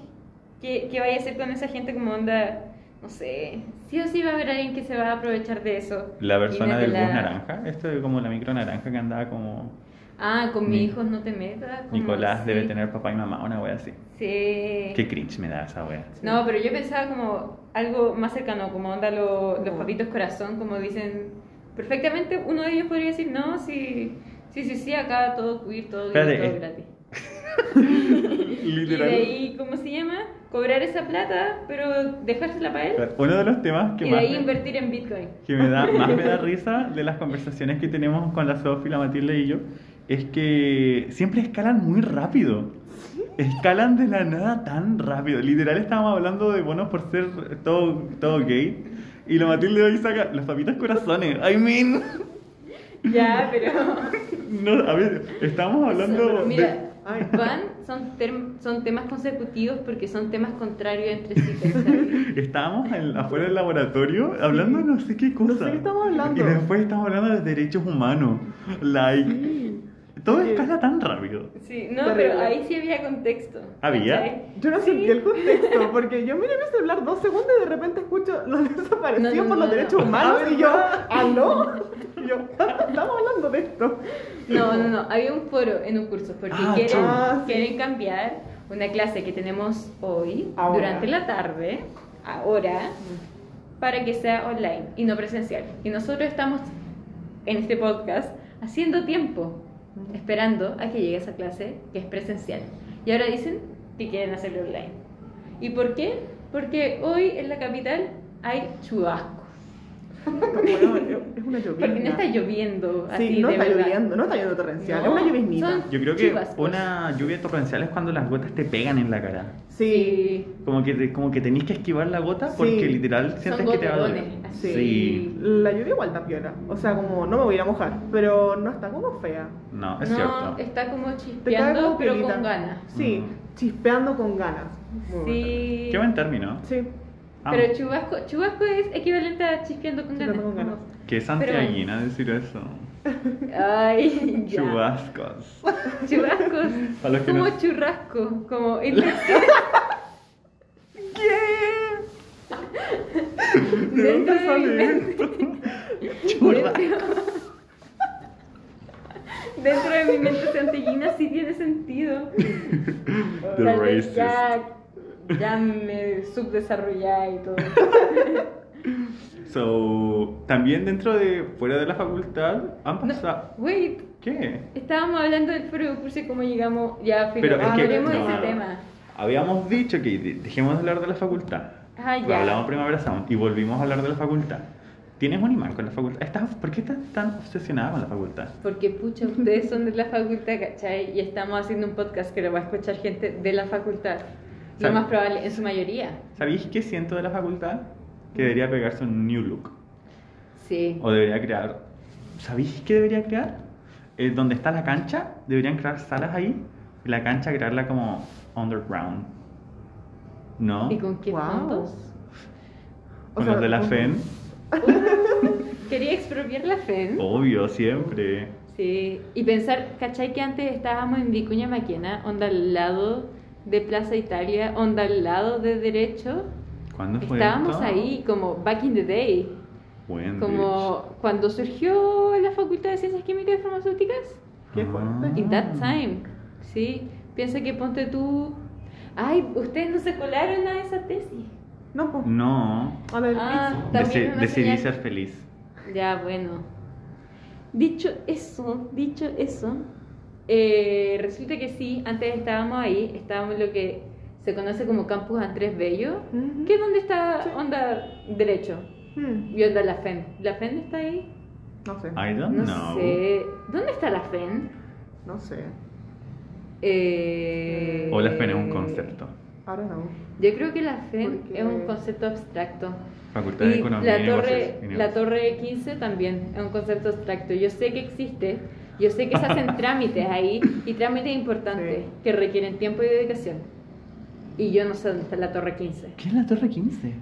Speaker 2: que, que vaya a hacer con esa gente como onda, no sé, sí o sí va a haber alguien que se va a aprovechar de eso.
Speaker 1: La persona
Speaker 2: Y
Speaker 1: del
Speaker 2: de
Speaker 1: bus
Speaker 2: la-
Speaker 1: naranja, esto es como la micro naranja que andaba como
Speaker 2: Ah, con mis
Speaker 1: Ni-
Speaker 2: hijos no te metas. como
Speaker 1: Nicolás
Speaker 2: así.
Speaker 1: debe tener papá y mamá, una wea así.
Speaker 2: Sí.
Speaker 1: Qué cringe me da esa wea.
Speaker 2: No, pero yo pensaba como algo más cercano, como onda lo- los
Speaker 3: Como-
Speaker 2: papitos corazón, como dicen. Perfectamente uno de ellos podría decir, no, sí, sí, sí, sí acá todo queer, todo, gay,
Speaker 1: Espérate,
Speaker 2: todo
Speaker 1: eh,
Speaker 2: gratis. Y de
Speaker 1: Literal.
Speaker 2: ahí, ¿cómo se llama? Cobrar esa plata, pero dejársela para él.
Speaker 1: Uno de los temas que
Speaker 2: Y de
Speaker 1: más
Speaker 2: ahí
Speaker 1: me-
Speaker 2: invertir en Bitcoin.
Speaker 1: que me da, más me da risa de las conversaciones que tenemos con la Sofi, la Matilde y yo, es que siempre escalan muy rápido. Escalan de la nada tan rápido. Literal estábamos hablando de bonos por ser todo, todo gay. Y la Matilde hoy saca los papitas corazones. I mean,
Speaker 2: Ya, pero.
Speaker 1: no, a ver, estábamos hablando
Speaker 2: Pero
Speaker 1: de...
Speaker 2: Mira,
Speaker 3: Ay.
Speaker 2: van, son, term- son temas consecutivos porque son temas contrarios entre sí. ¿cachai?
Speaker 1: Estábamos en- afuera del laboratorio hablando de no sé qué cosa.
Speaker 3: No sé qué estamos hablando.
Speaker 1: Y después estamos hablando de derechos humanos. Like, todo
Speaker 3: Sí.
Speaker 1: escala tan rápido.
Speaker 2: Sí, no,
Speaker 3: Terrible.
Speaker 2: pero ahí sí había contexto.
Speaker 1: ¿Había?
Speaker 2: ¿cachai?
Speaker 3: Yo no
Speaker 2: Sí.
Speaker 3: sentí el contexto, porque yo miré mi celular dos segundos y de repente escucho los desaparecidos
Speaker 2: No, no, no,
Speaker 3: por los
Speaker 2: no.
Speaker 3: derechos humanos
Speaker 1: Ah,
Speaker 3: y yo,
Speaker 1: ¿verdad?
Speaker 3: ¿aló? Y yo, estamos hablando de esto.
Speaker 2: No, no, no. Había un foro en un curso porque
Speaker 1: Ah,
Speaker 2: quieren,
Speaker 1: chau.
Speaker 3: Ah, sí.
Speaker 2: quieren cambiar una clase que tenemos hoy,
Speaker 3: Ahora.
Speaker 2: durante la tarde, ahora,
Speaker 3: Mm.
Speaker 2: para que sea online y no presencial. Y nosotros estamos en este podcast haciendo tiempo.
Speaker 3: Mm.
Speaker 2: esperando a que llegue esa clase que es presencial. Y ahora dicen que quieren hacerlo online. ¿Y por qué? Porque hoy en la capital hay chubascos.
Speaker 3: Bueno, es una llovizna.
Speaker 2: Porque no está lloviendo así
Speaker 3: Sí, no
Speaker 2: de
Speaker 3: está
Speaker 2: verdad.
Speaker 3: lloviendo, no está lloviendo torrencial,
Speaker 2: No,
Speaker 3: es una lloviznita.
Speaker 2: son-
Speaker 1: Yo creo que
Speaker 2: Chubascos.
Speaker 1: una lluvia torrencial es cuando las gotas te pegan en la cara.
Speaker 3: Sí.
Speaker 1: Como que, te- como que tenés que esquivar la gota porque
Speaker 3: Sí.
Speaker 1: literal
Speaker 2: Son
Speaker 1: sientes que te va a doler.
Speaker 2: goterones,
Speaker 3: así.
Speaker 1: Sí.
Speaker 3: La lluvia igual está piola. O sea, como no me voy a ir a mojar, pero no está como fea.
Speaker 1: No, es
Speaker 2: no,
Speaker 1: cierto.
Speaker 2: está como
Speaker 3: Te cae
Speaker 2: chispeando,
Speaker 3: como
Speaker 2: pero
Speaker 3: piolita.
Speaker 2: con ganas.
Speaker 3: Sí,
Speaker 1: Mm.
Speaker 3: chispeando con ganas. Muy bueno.
Speaker 2: Sí.
Speaker 1: Qué buen término.
Speaker 3: Sí,
Speaker 1: Ah,
Speaker 2: Pero chubasco, chubasco es equivalente a chispeando con ganas.
Speaker 3: Chispeando con ganas.
Speaker 1: Qué santiaguina decir eso.
Speaker 2: Ay, ya.
Speaker 1: Chubascos.
Speaker 2: Chubascos.
Speaker 1: Para los que
Speaker 2: como
Speaker 1: no-
Speaker 2: churrasco, como este. entre-
Speaker 1: ¿De dónde
Speaker 2: Dentro de mi
Speaker 1: sale
Speaker 2: mente.
Speaker 1: esto? Churrasco.
Speaker 2: Dentro de mi mente santillina sí tiene sentido.
Speaker 1: The
Speaker 2: Tal vez
Speaker 1: racist.
Speaker 2: ya, ya me subdesarrollé y todo.
Speaker 1: So, también dentro de, fuera de la facultad, han
Speaker 2: No,
Speaker 1: pasado...
Speaker 2: wait,
Speaker 1: ¿Qué?
Speaker 2: estábamos hablando del foro de curso y cómo llegamos. Ya, filo,
Speaker 1: Pero es que-
Speaker 2: hablemos de
Speaker 1: no,
Speaker 2: ese
Speaker 1: no.
Speaker 2: tema.
Speaker 1: Habíamos dicho que de- dejemos de hablar de la facultad.
Speaker 2: Ah,
Speaker 1: Pero
Speaker 2: ya.
Speaker 1: Hablamos Primavera Sound y volvimos a hablar de la facultad. ¿Tienes un imán con la facultad? ¿Estás, ¿Por qué estás tan obsesionada con la facultad?
Speaker 2: Porque, pucha, ustedes son de la facultad, ¿cachai? Y estamos haciendo un podcast que lo va a escuchar gente de la facultad. Lo
Speaker 1: ¿Sabe?
Speaker 2: más probable, en su mayoría.
Speaker 1: ¿Sabéis qué siento de la facultad?
Speaker 2: Mm.
Speaker 1: Que debería pegarse un new look.
Speaker 2: Sí.
Speaker 1: O debería crear... ¿Sabéis qué debería crear? Eh, donde está la cancha, deberían crear salas ahí. Y la cancha crearla como underground. ¿No?
Speaker 2: ¿Y con qué
Speaker 3: Wow.
Speaker 2: fondos?
Speaker 1: Con
Speaker 3: o sea,
Speaker 1: los de la
Speaker 3: con-
Speaker 1: FEN.
Speaker 2: ¿Mm? Quería expropiar la FEN.
Speaker 1: Obvio, siempre.
Speaker 2: Sí. Y pensar, ¿cachai? Que antes estábamos en Vicuña Maquena, onda al lado de Plaza Italia, onda al lado de Derecho.
Speaker 1: ¿Cuándo fue
Speaker 2: Estábamos
Speaker 1: esto?
Speaker 2: ahí, como back in the day.
Speaker 1: Buen bitch.
Speaker 2: Como cuando surgió la Facultad de Ciencias Químicas y Farmacéuticas.
Speaker 3: Qué
Speaker 1: Ah.
Speaker 3: fuerte.
Speaker 2: In that
Speaker 3: Ah.
Speaker 2: time, ¿sí? Piensa que ponte tú... Ay, ustedes no se colaron a esa tesis.
Speaker 3: No,
Speaker 1: Mm.
Speaker 3: pues.
Speaker 1: No.
Speaker 3: A ver,
Speaker 2: Ah,
Speaker 1: Deci-
Speaker 2: también una
Speaker 1: decidí
Speaker 2: señal.
Speaker 1: ser feliz.
Speaker 2: Ya, bueno. Dicho eso, dicho eso, eh, resulta que sí, antes estábamos ahí, estábamos en lo que se conoce como Campus Andrés Bello,
Speaker 3: Ujú.
Speaker 2: que es donde está
Speaker 3: Sí.
Speaker 2: Onda Derecho
Speaker 3: hmm,
Speaker 2: y Onda La FEN. ¿La FEN está ahí?
Speaker 3: No sé.
Speaker 1: I don't
Speaker 2: No
Speaker 1: know.
Speaker 2: sé. ¿Dónde está La FEN?
Speaker 3: No sé.
Speaker 2: Eh,
Speaker 1: O la FEN es un concepto.
Speaker 3: Ahora no.
Speaker 2: Yo creo que la FEN
Speaker 3: Porque-
Speaker 2: es un concepto abstracto.
Speaker 1: Facultad de
Speaker 2: Y
Speaker 1: Economía
Speaker 2: la
Speaker 1: y
Speaker 2: torre,
Speaker 1: Negocios- y
Speaker 2: la
Speaker 1: Negocios.
Speaker 2: torre 15 también es un concepto abstracto. Yo sé que existe, yo sé que se hacen trámites ahí y trámites importantes
Speaker 3: Sí.
Speaker 2: que requieren tiempo y dedicación. Y yo no sé dónde está la torre 15.
Speaker 1: ¿Qué es la Torre 15?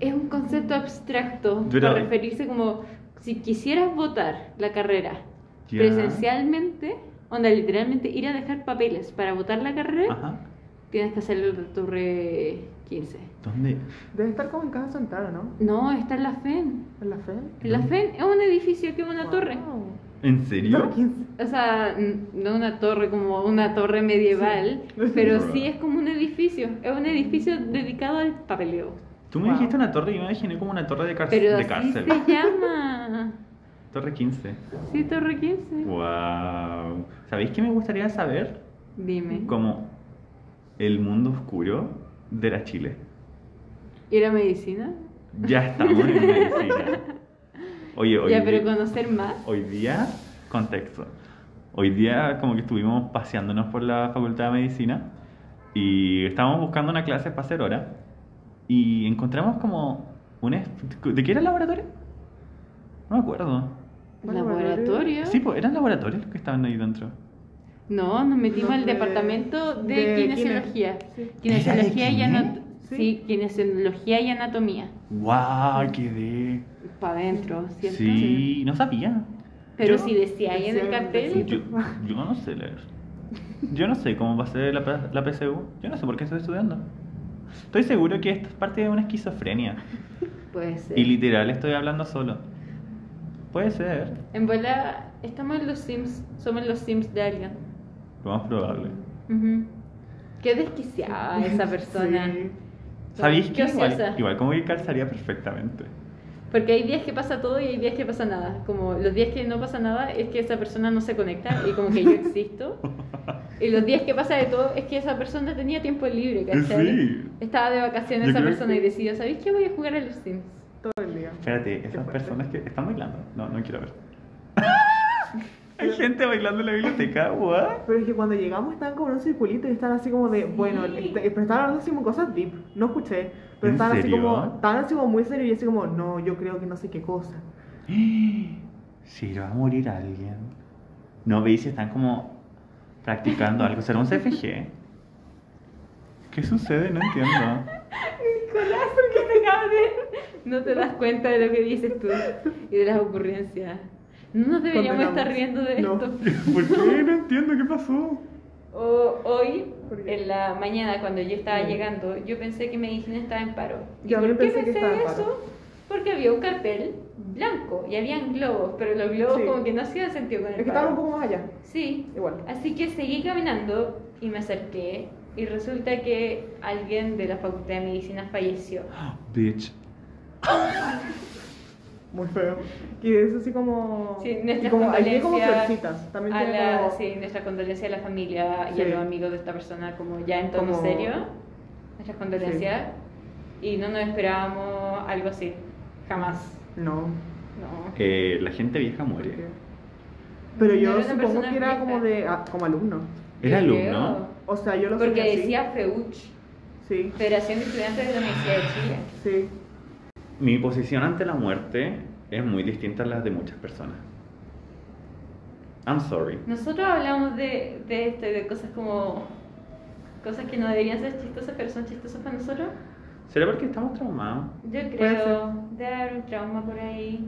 Speaker 2: Es un concepto abstracto
Speaker 1: Pero-
Speaker 2: para referirse como si quisieras votar la carrera
Speaker 1: Ya.
Speaker 2: presencialmente, onda literalmente ir a dejar papeles para votar la carrera,
Speaker 1: Ajá.
Speaker 2: tienes que hacerlo en la torre 15.
Speaker 1: ¿Dónde?
Speaker 3: Debe estar como en Casa Santana, ¿no?
Speaker 2: No, está en la FEN.
Speaker 3: En la FEN.
Speaker 2: La FEN es un edificio que es una torre.
Speaker 3: Wow.
Speaker 1: ¿En serio?
Speaker 3: Torre 15.
Speaker 2: O sea, n- no una torre como una torre medieval,
Speaker 3: Sí.
Speaker 2: pero
Speaker 1: Bruh.
Speaker 2: sí es como un edificio. Es un edificio
Speaker 1: Mm.
Speaker 2: dedicado al papeleo.
Speaker 1: Tú me
Speaker 3: Wow.
Speaker 1: dijiste una torre y yo me imaginé como una torre de, cárcel-
Speaker 2: Pero
Speaker 1: de
Speaker 2: así
Speaker 1: cárcel.
Speaker 2: se llama.
Speaker 1: Torre 15.
Speaker 2: Sí, Torre 15.
Speaker 1: Wow. ¿Sabéis qué me gustaría saber?
Speaker 2: Dime.
Speaker 1: Como el mundo oscuro de la Chile.
Speaker 2: ¿Y la medicina?
Speaker 1: Ya estamos en medicina. Oye, oye.
Speaker 2: ya, pero conocer más.
Speaker 1: Hoy día, contexto. Hoy día como que estuvimos paseándonos por la Facultad de Medicina y estábamos buscando una clase para hacer hora y encontramos como un... es- ¿De qué era el laboratorio? No me acuerdo.
Speaker 3: Bueno,
Speaker 2: laboratorio.
Speaker 1: Sí, pues eran laboratorios los que estaban ahí dentro.
Speaker 2: No, nos metimos
Speaker 3: No,
Speaker 2: al
Speaker 3: de-
Speaker 2: departamento de,
Speaker 3: de
Speaker 2: kinesiología.
Speaker 3: quine- sí.
Speaker 2: Kinesiología y
Speaker 1: ¿Era de
Speaker 2: anatomía.
Speaker 3: quine?
Speaker 2: Sí, kinesiología y anatomía.
Speaker 1: ¡Wow! ¡Quedé!
Speaker 2: Para adentro, ¿cierto?
Speaker 1: Sí, no sabía.
Speaker 2: Pero
Speaker 1: Yo-
Speaker 2: si decía ahí en el
Speaker 3: Decía en el
Speaker 2: cartel.
Speaker 3: Sí.
Speaker 1: Yo, yo no sé leer. Yo no sé cómo va a ser la, P- la PSU. Yo no sé por qué estoy estudiando. Estoy seguro que esto es parte de una esquizofrenia.
Speaker 2: Puede ser.
Speaker 1: Y literal estoy hablando solo. Puede ser.
Speaker 2: En bola, estamos en los Sims, somos los Sims de alguien.
Speaker 1: Lo más probable.
Speaker 2: Ujú. Qué desquiciada esa persona.
Speaker 3: Sí.
Speaker 1: ¿Sabéis que
Speaker 2: Qué ociosa.
Speaker 1: igual, igual como que calzaría perfectamente?
Speaker 2: Porque hay días que pasa todo y hay días que pasa nada. Como los días que no pasa nada es que esa persona no se conecta y como que yo existo. Y los días que pasa de todo es que esa persona tenía tiempo libre, ¿cachai?
Speaker 1: Sí.
Speaker 2: Estaba de vacaciones
Speaker 1: Yo
Speaker 2: esa
Speaker 1: creo
Speaker 2: persona
Speaker 1: que-
Speaker 2: y decidió, ¿sabéis qué? Voy a jugar a los Sims.
Speaker 3: todo el día.
Speaker 1: Espérate, esas
Speaker 3: fuerte.
Speaker 1: personas que están bailando. No, no quiero ver. Hay gente bailando en la biblioteca, what?
Speaker 3: Pero es que cuando llegamos estaban como en un circulito y estaban así como de, bueno, est- pero estaban hablando así como cosas deep, no escuché, pero
Speaker 1: ¿En
Speaker 3: estaban así
Speaker 1: serio?
Speaker 3: como, estaban así como muy serios y yo así como, no, yo creo que no sé qué cosa.
Speaker 1: Si va a morir alguien. No veis si están como practicando algo. ¿Será un CFG? ¿Qué sucede? No entiendo.
Speaker 2: Nicolás, ¿por qué te acabas de- No te das cuenta de lo que dices tú y de las ocurrencias. No nos deberíamos
Speaker 3: Condenamos.
Speaker 2: estar riendo de
Speaker 3: No.
Speaker 2: esto.
Speaker 1: ¿Por qué? No entiendo qué pasó.
Speaker 2: O- hoy,
Speaker 3: ¿Por qué?
Speaker 2: en la mañana, cuando yo estaba
Speaker 3: Mm.
Speaker 2: llegando, yo pensé que medicina estaba en paro. ¿Y
Speaker 3: Yo
Speaker 2: por
Speaker 3: también
Speaker 2: qué
Speaker 3: pensé que
Speaker 2: pensé
Speaker 3: estaba en
Speaker 2: eso?
Speaker 3: paro.
Speaker 2: Porque había un cartel blanco y habían globos, pero los globos
Speaker 3: Sí.
Speaker 2: como que no hacían sentido con el
Speaker 3: Es que
Speaker 2: paro.
Speaker 3: estaban un poco más allá,
Speaker 2: Sí.
Speaker 3: igual.
Speaker 2: Así que seguí caminando y me acerqué y resulta que alguien de la Facultad de Medicina falleció.
Speaker 1: Bitch.
Speaker 3: Muy feo. Y es así como,
Speaker 2: Sí,
Speaker 3: y
Speaker 2: nuestras
Speaker 3: como, ahí hay
Speaker 2: condolencias
Speaker 3: como florcitas, también
Speaker 2: a
Speaker 3: tiene
Speaker 2: la-
Speaker 3: como,
Speaker 2: sí, nuestra condolencia a la familia y
Speaker 3: Sí.
Speaker 2: a los amigos de esta persona, como ya en tono
Speaker 3: Como-
Speaker 2: serio. Nuestras condolencias. Y no nos esperábamos algo así. Jamás.
Speaker 3: no.
Speaker 2: No.
Speaker 1: Eh, la gente vieja muere.
Speaker 3: Pero
Speaker 2: Era
Speaker 3: yo
Speaker 2: una
Speaker 3: supongo
Speaker 2: persona
Speaker 3: que era
Speaker 2: vieja.
Speaker 3: como de, ah, como alumno.
Speaker 1: ¿Era
Speaker 2: Yo
Speaker 1: alumno?
Speaker 3: O sea, yo lo
Speaker 2: creo, Porque
Speaker 3: soñé así.
Speaker 2: decía FEUCH,
Speaker 3: Sí,
Speaker 2: Federación de Estudiantes de la Universidad de Chile.
Speaker 3: sí.
Speaker 1: Mi posición ante la muerte es muy distinta a la de muchas personas. I'm sorry.
Speaker 2: Nosotros hablamos de, de esto y de cosas como. cosas que no deberían ser chistosas, pero son chistosas para nosotros.
Speaker 1: ¿Será porque estamos traumados?
Speaker 2: Yo
Speaker 3: Puede
Speaker 2: creo de haber un trauma por ahí.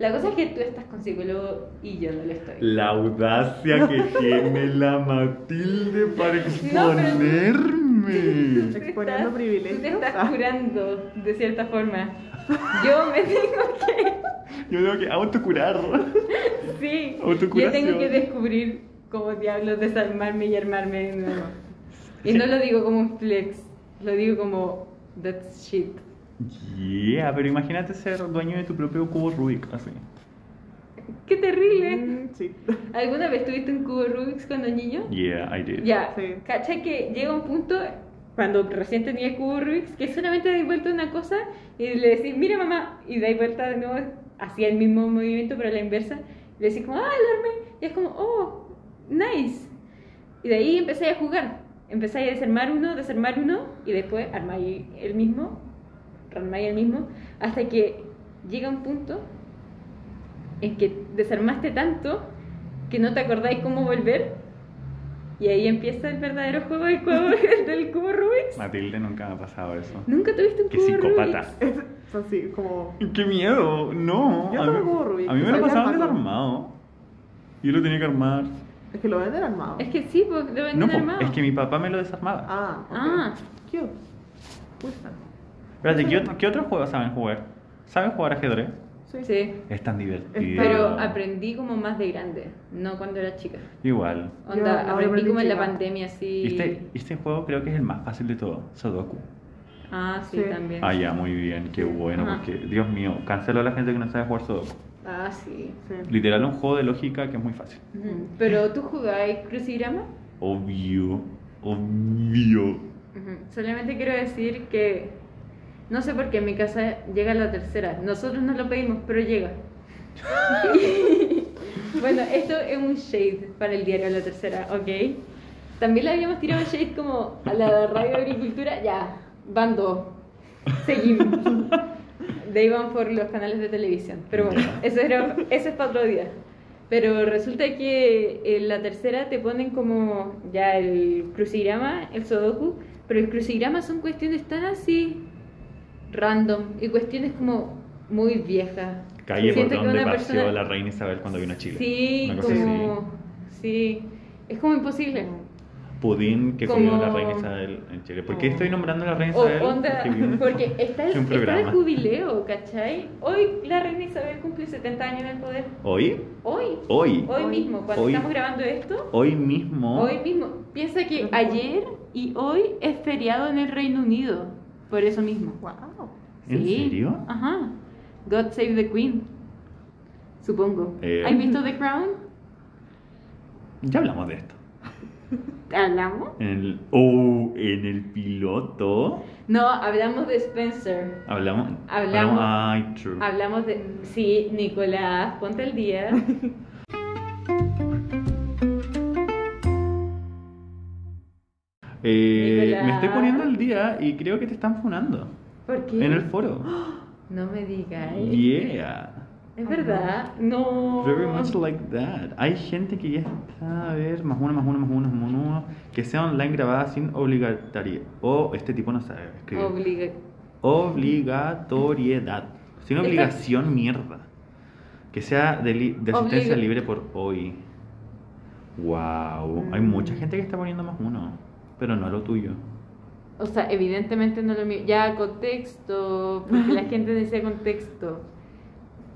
Speaker 2: La cosa es que tú estás con psicólogo y yo no lo estoy.
Speaker 1: La audacia que tiene la Matilde para Mm. exponerme.
Speaker 2: Tú
Speaker 3: Exponiendo
Speaker 2: estás-
Speaker 3: privilegios.
Speaker 2: Tú te estás
Speaker 3: Ah.
Speaker 2: curando, de cierta forma. Yo me tengo
Speaker 1: Yo tengo que autocurar.
Speaker 2: que. Sí. Yo
Speaker 1: Autocuración.
Speaker 2: tengo que descubrir cómo diablos desarmarme y armarme de nuevo. Y no lo digo como un flex, lo digo como. That's shit.
Speaker 1: Yeah, pero imagínate ser dueño de tu propio cubo Rubik, así.
Speaker 2: ¡Qué terrible!
Speaker 3: Mm, Sí.
Speaker 2: ¿Alguna vez tuviste un cubo Rubik's cuando niño?
Speaker 1: Yeah, I did.
Speaker 2: Ya,
Speaker 3: Sí.
Speaker 2: cacha que llega un punto cuando recién tenía el cubo Rubik's que solamente dais vuelta una cosa y le decís, mira mamá, y dais vuelta de nuevo, hacía el mismo movimiento pero a la inversa, y le decís como, ah, alarme, y es como, oh, nice. Y de ahí empezáis a jugar, empezáis a desarmar uno, desarmar uno, y después armáis el mismo, armáis el mismo, hasta que llega un punto en que desarmaste tanto que no te acordáis cómo volver y ahí empieza el verdadero juego del cubo, del cubo Rubik's.
Speaker 1: Matilde nunca me ha pasado eso.
Speaker 2: Nunca tuviste un
Speaker 1: Qué
Speaker 2: cubo
Speaker 1: psicópata.
Speaker 2: Rubik's.
Speaker 3: Es es así, como...
Speaker 1: Qué miedo, no.
Speaker 3: Yo
Speaker 1: a
Speaker 3: tengo
Speaker 1: mí-
Speaker 3: cubo Rubik,
Speaker 1: A mí me
Speaker 3: soy
Speaker 1: lo pasaban
Speaker 3: armado.
Speaker 1: desarmado. Yo lo tenía que armar.
Speaker 3: Es que lo venden armado.
Speaker 2: Es que sí, pues, lo venden
Speaker 1: No, po,
Speaker 2: armado.
Speaker 1: es que mi papá me lo desarmaba.
Speaker 3: Ah, ok.
Speaker 2: Ah.
Speaker 3: Cute. Gustan.
Speaker 1: Espérate, ¿qué, ot- qué otros juegos saben jugar? ¿Saben jugar ajedrez?
Speaker 3: Sí.
Speaker 2: Sí,
Speaker 1: Es tan divertido.
Speaker 2: pero aprendí como más de grande, no cuando era chica.
Speaker 1: Igual.
Speaker 2: Onda,
Speaker 3: Yo no
Speaker 2: aprendí
Speaker 3: aprendí
Speaker 2: como en la
Speaker 3: chica.
Speaker 2: pandemia, así.
Speaker 1: Este, este juego creo que es el más fácil de todo, Sudoku.
Speaker 2: Ah, sí,
Speaker 3: Sí.
Speaker 2: también.
Speaker 1: Ah, ya, muy bien, qué bueno,
Speaker 2: Ajá.
Speaker 1: porque, Dios mío, cancelo a la gente que no sabe jugar Sudoku.
Speaker 2: Ah, sí.
Speaker 3: Sí.
Speaker 1: Literal, un juego de lógica que es muy fácil.
Speaker 2: Ujú. Pero tú jugabas crucigrama.
Speaker 1: Obvio, obvio.
Speaker 2: Ujú. Solamente quiero decir que no sé por qué en mi casa llega la tercera. Nosotros no lo pedimos, pero llega. bueno, esto es un shade para el diario La Tercera, ¿ok? También le habíamos tirado el shade como a la radio de agricultura. Ya, van dos. Seguimos. De ahí van por los canales de televisión. Pero bueno,
Speaker 1: Ya.
Speaker 2: eso, era, eso es para otro día. Pero resulta que en la tercera te ponen como ya el crucigrama, el sudoku, pero el crucigrama son cuestiones tan así random y cuestiones como muy viejas.
Speaker 1: Calle
Speaker 2: Siento
Speaker 1: por
Speaker 2: que
Speaker 1: donde
Speaker 2: una
Speaker 1: paseó
Speaker 2: persona-
Speaker 1: la reina Isabel cuando vino a Chile.
Speaker 2: Sí,
Speaker 1: Una cosa
Speaker 2: como... Sí, es como imposible.
Speaker 1: así. Pudín que
Speaker 2: como-
Speaker 1: comió la reina Isabel en Chile. ¿Por qué estoy nombrando a la reina
Speaker 2: O
Speaker 1: Isabel?
Speaker 2: onda,
Speaker 1: vino-
Speaker 2: porque está
Speaker 1: que un
Speaker 2: el, está el
Speaker 1: programa.
Speaker 2: jubileo, ¿cachai? Hoy la reina Isabel cumple 70 años en el poder.
Speaker 1: ¿Hoy?
Speaker 2: Hoy.
Speaker 1: Hoy.
Speaker 2: Hoy
Speaker 3: Hoy.
Speaker 2: mismo, cuando
Speaker 1: Hoy.
Speaker 2: estamos grabando esto,
Speaker 1: Hoy mismo.
Speaker 2: hoy mismo. Piensa que ayer y hoy es feriado en el Reino Unido, por eso mismo.
Speaker 3: Wow.
Speaker 1: ¿En
Speaker 2: Sí.
Speaker 1: serio?
Speaker 2: Ajá. God Save the Queen. Supongo.
Speaker 1: Eh.
Speaker 2: ¿Has visto The Crown?
Speaker 1: Ya hablamos de esto.
Speaker 2: ¿Hablamos?
Speaker 1: En el, oh, en el piloto
Speaker 2: No, hablamos de Spencer.
Speaker 1: hablamos. Ah,
Speaker 2: Hablamos.
Speaker 1: Ay, true.
Speaker 2: Hablamos de. Sí, Nicolás, ponte el día.
Speaker 1: Eh, me estoy
Speaker 2: Nicolás.
Speaker 1: poniendo al día y creo que te están funando.
Speaker 2: ¿Por qué?
Speaker 1: En el foro.
Speaker 2: No me digas.
Speaker 1: Yeah.
Speaker 2: Es verdad. No.
Speaker 1: Very much like that. Hay gente que ya está a ver más uno, más uno, más uno, más uno, que sea online grabada sin obligatoriedad. O este tipo no sabe escribir.
Speaker 2: Obliga.
Speaker 1: Obligatoriedad. Sin obligación, mierda. Que sea de, li- de asistencia
Speaker 2: Obliga-
Speaker 1: libre por hoy. Wow. Hay
Speaker 3: Mm.
Speaker 1: mucha gente que está poniendo más uno. Pero no lo tuyo.
Speaker 2: O sea, evidentemente no lo mío. Ya, contexto. Porque la gente dice contexto.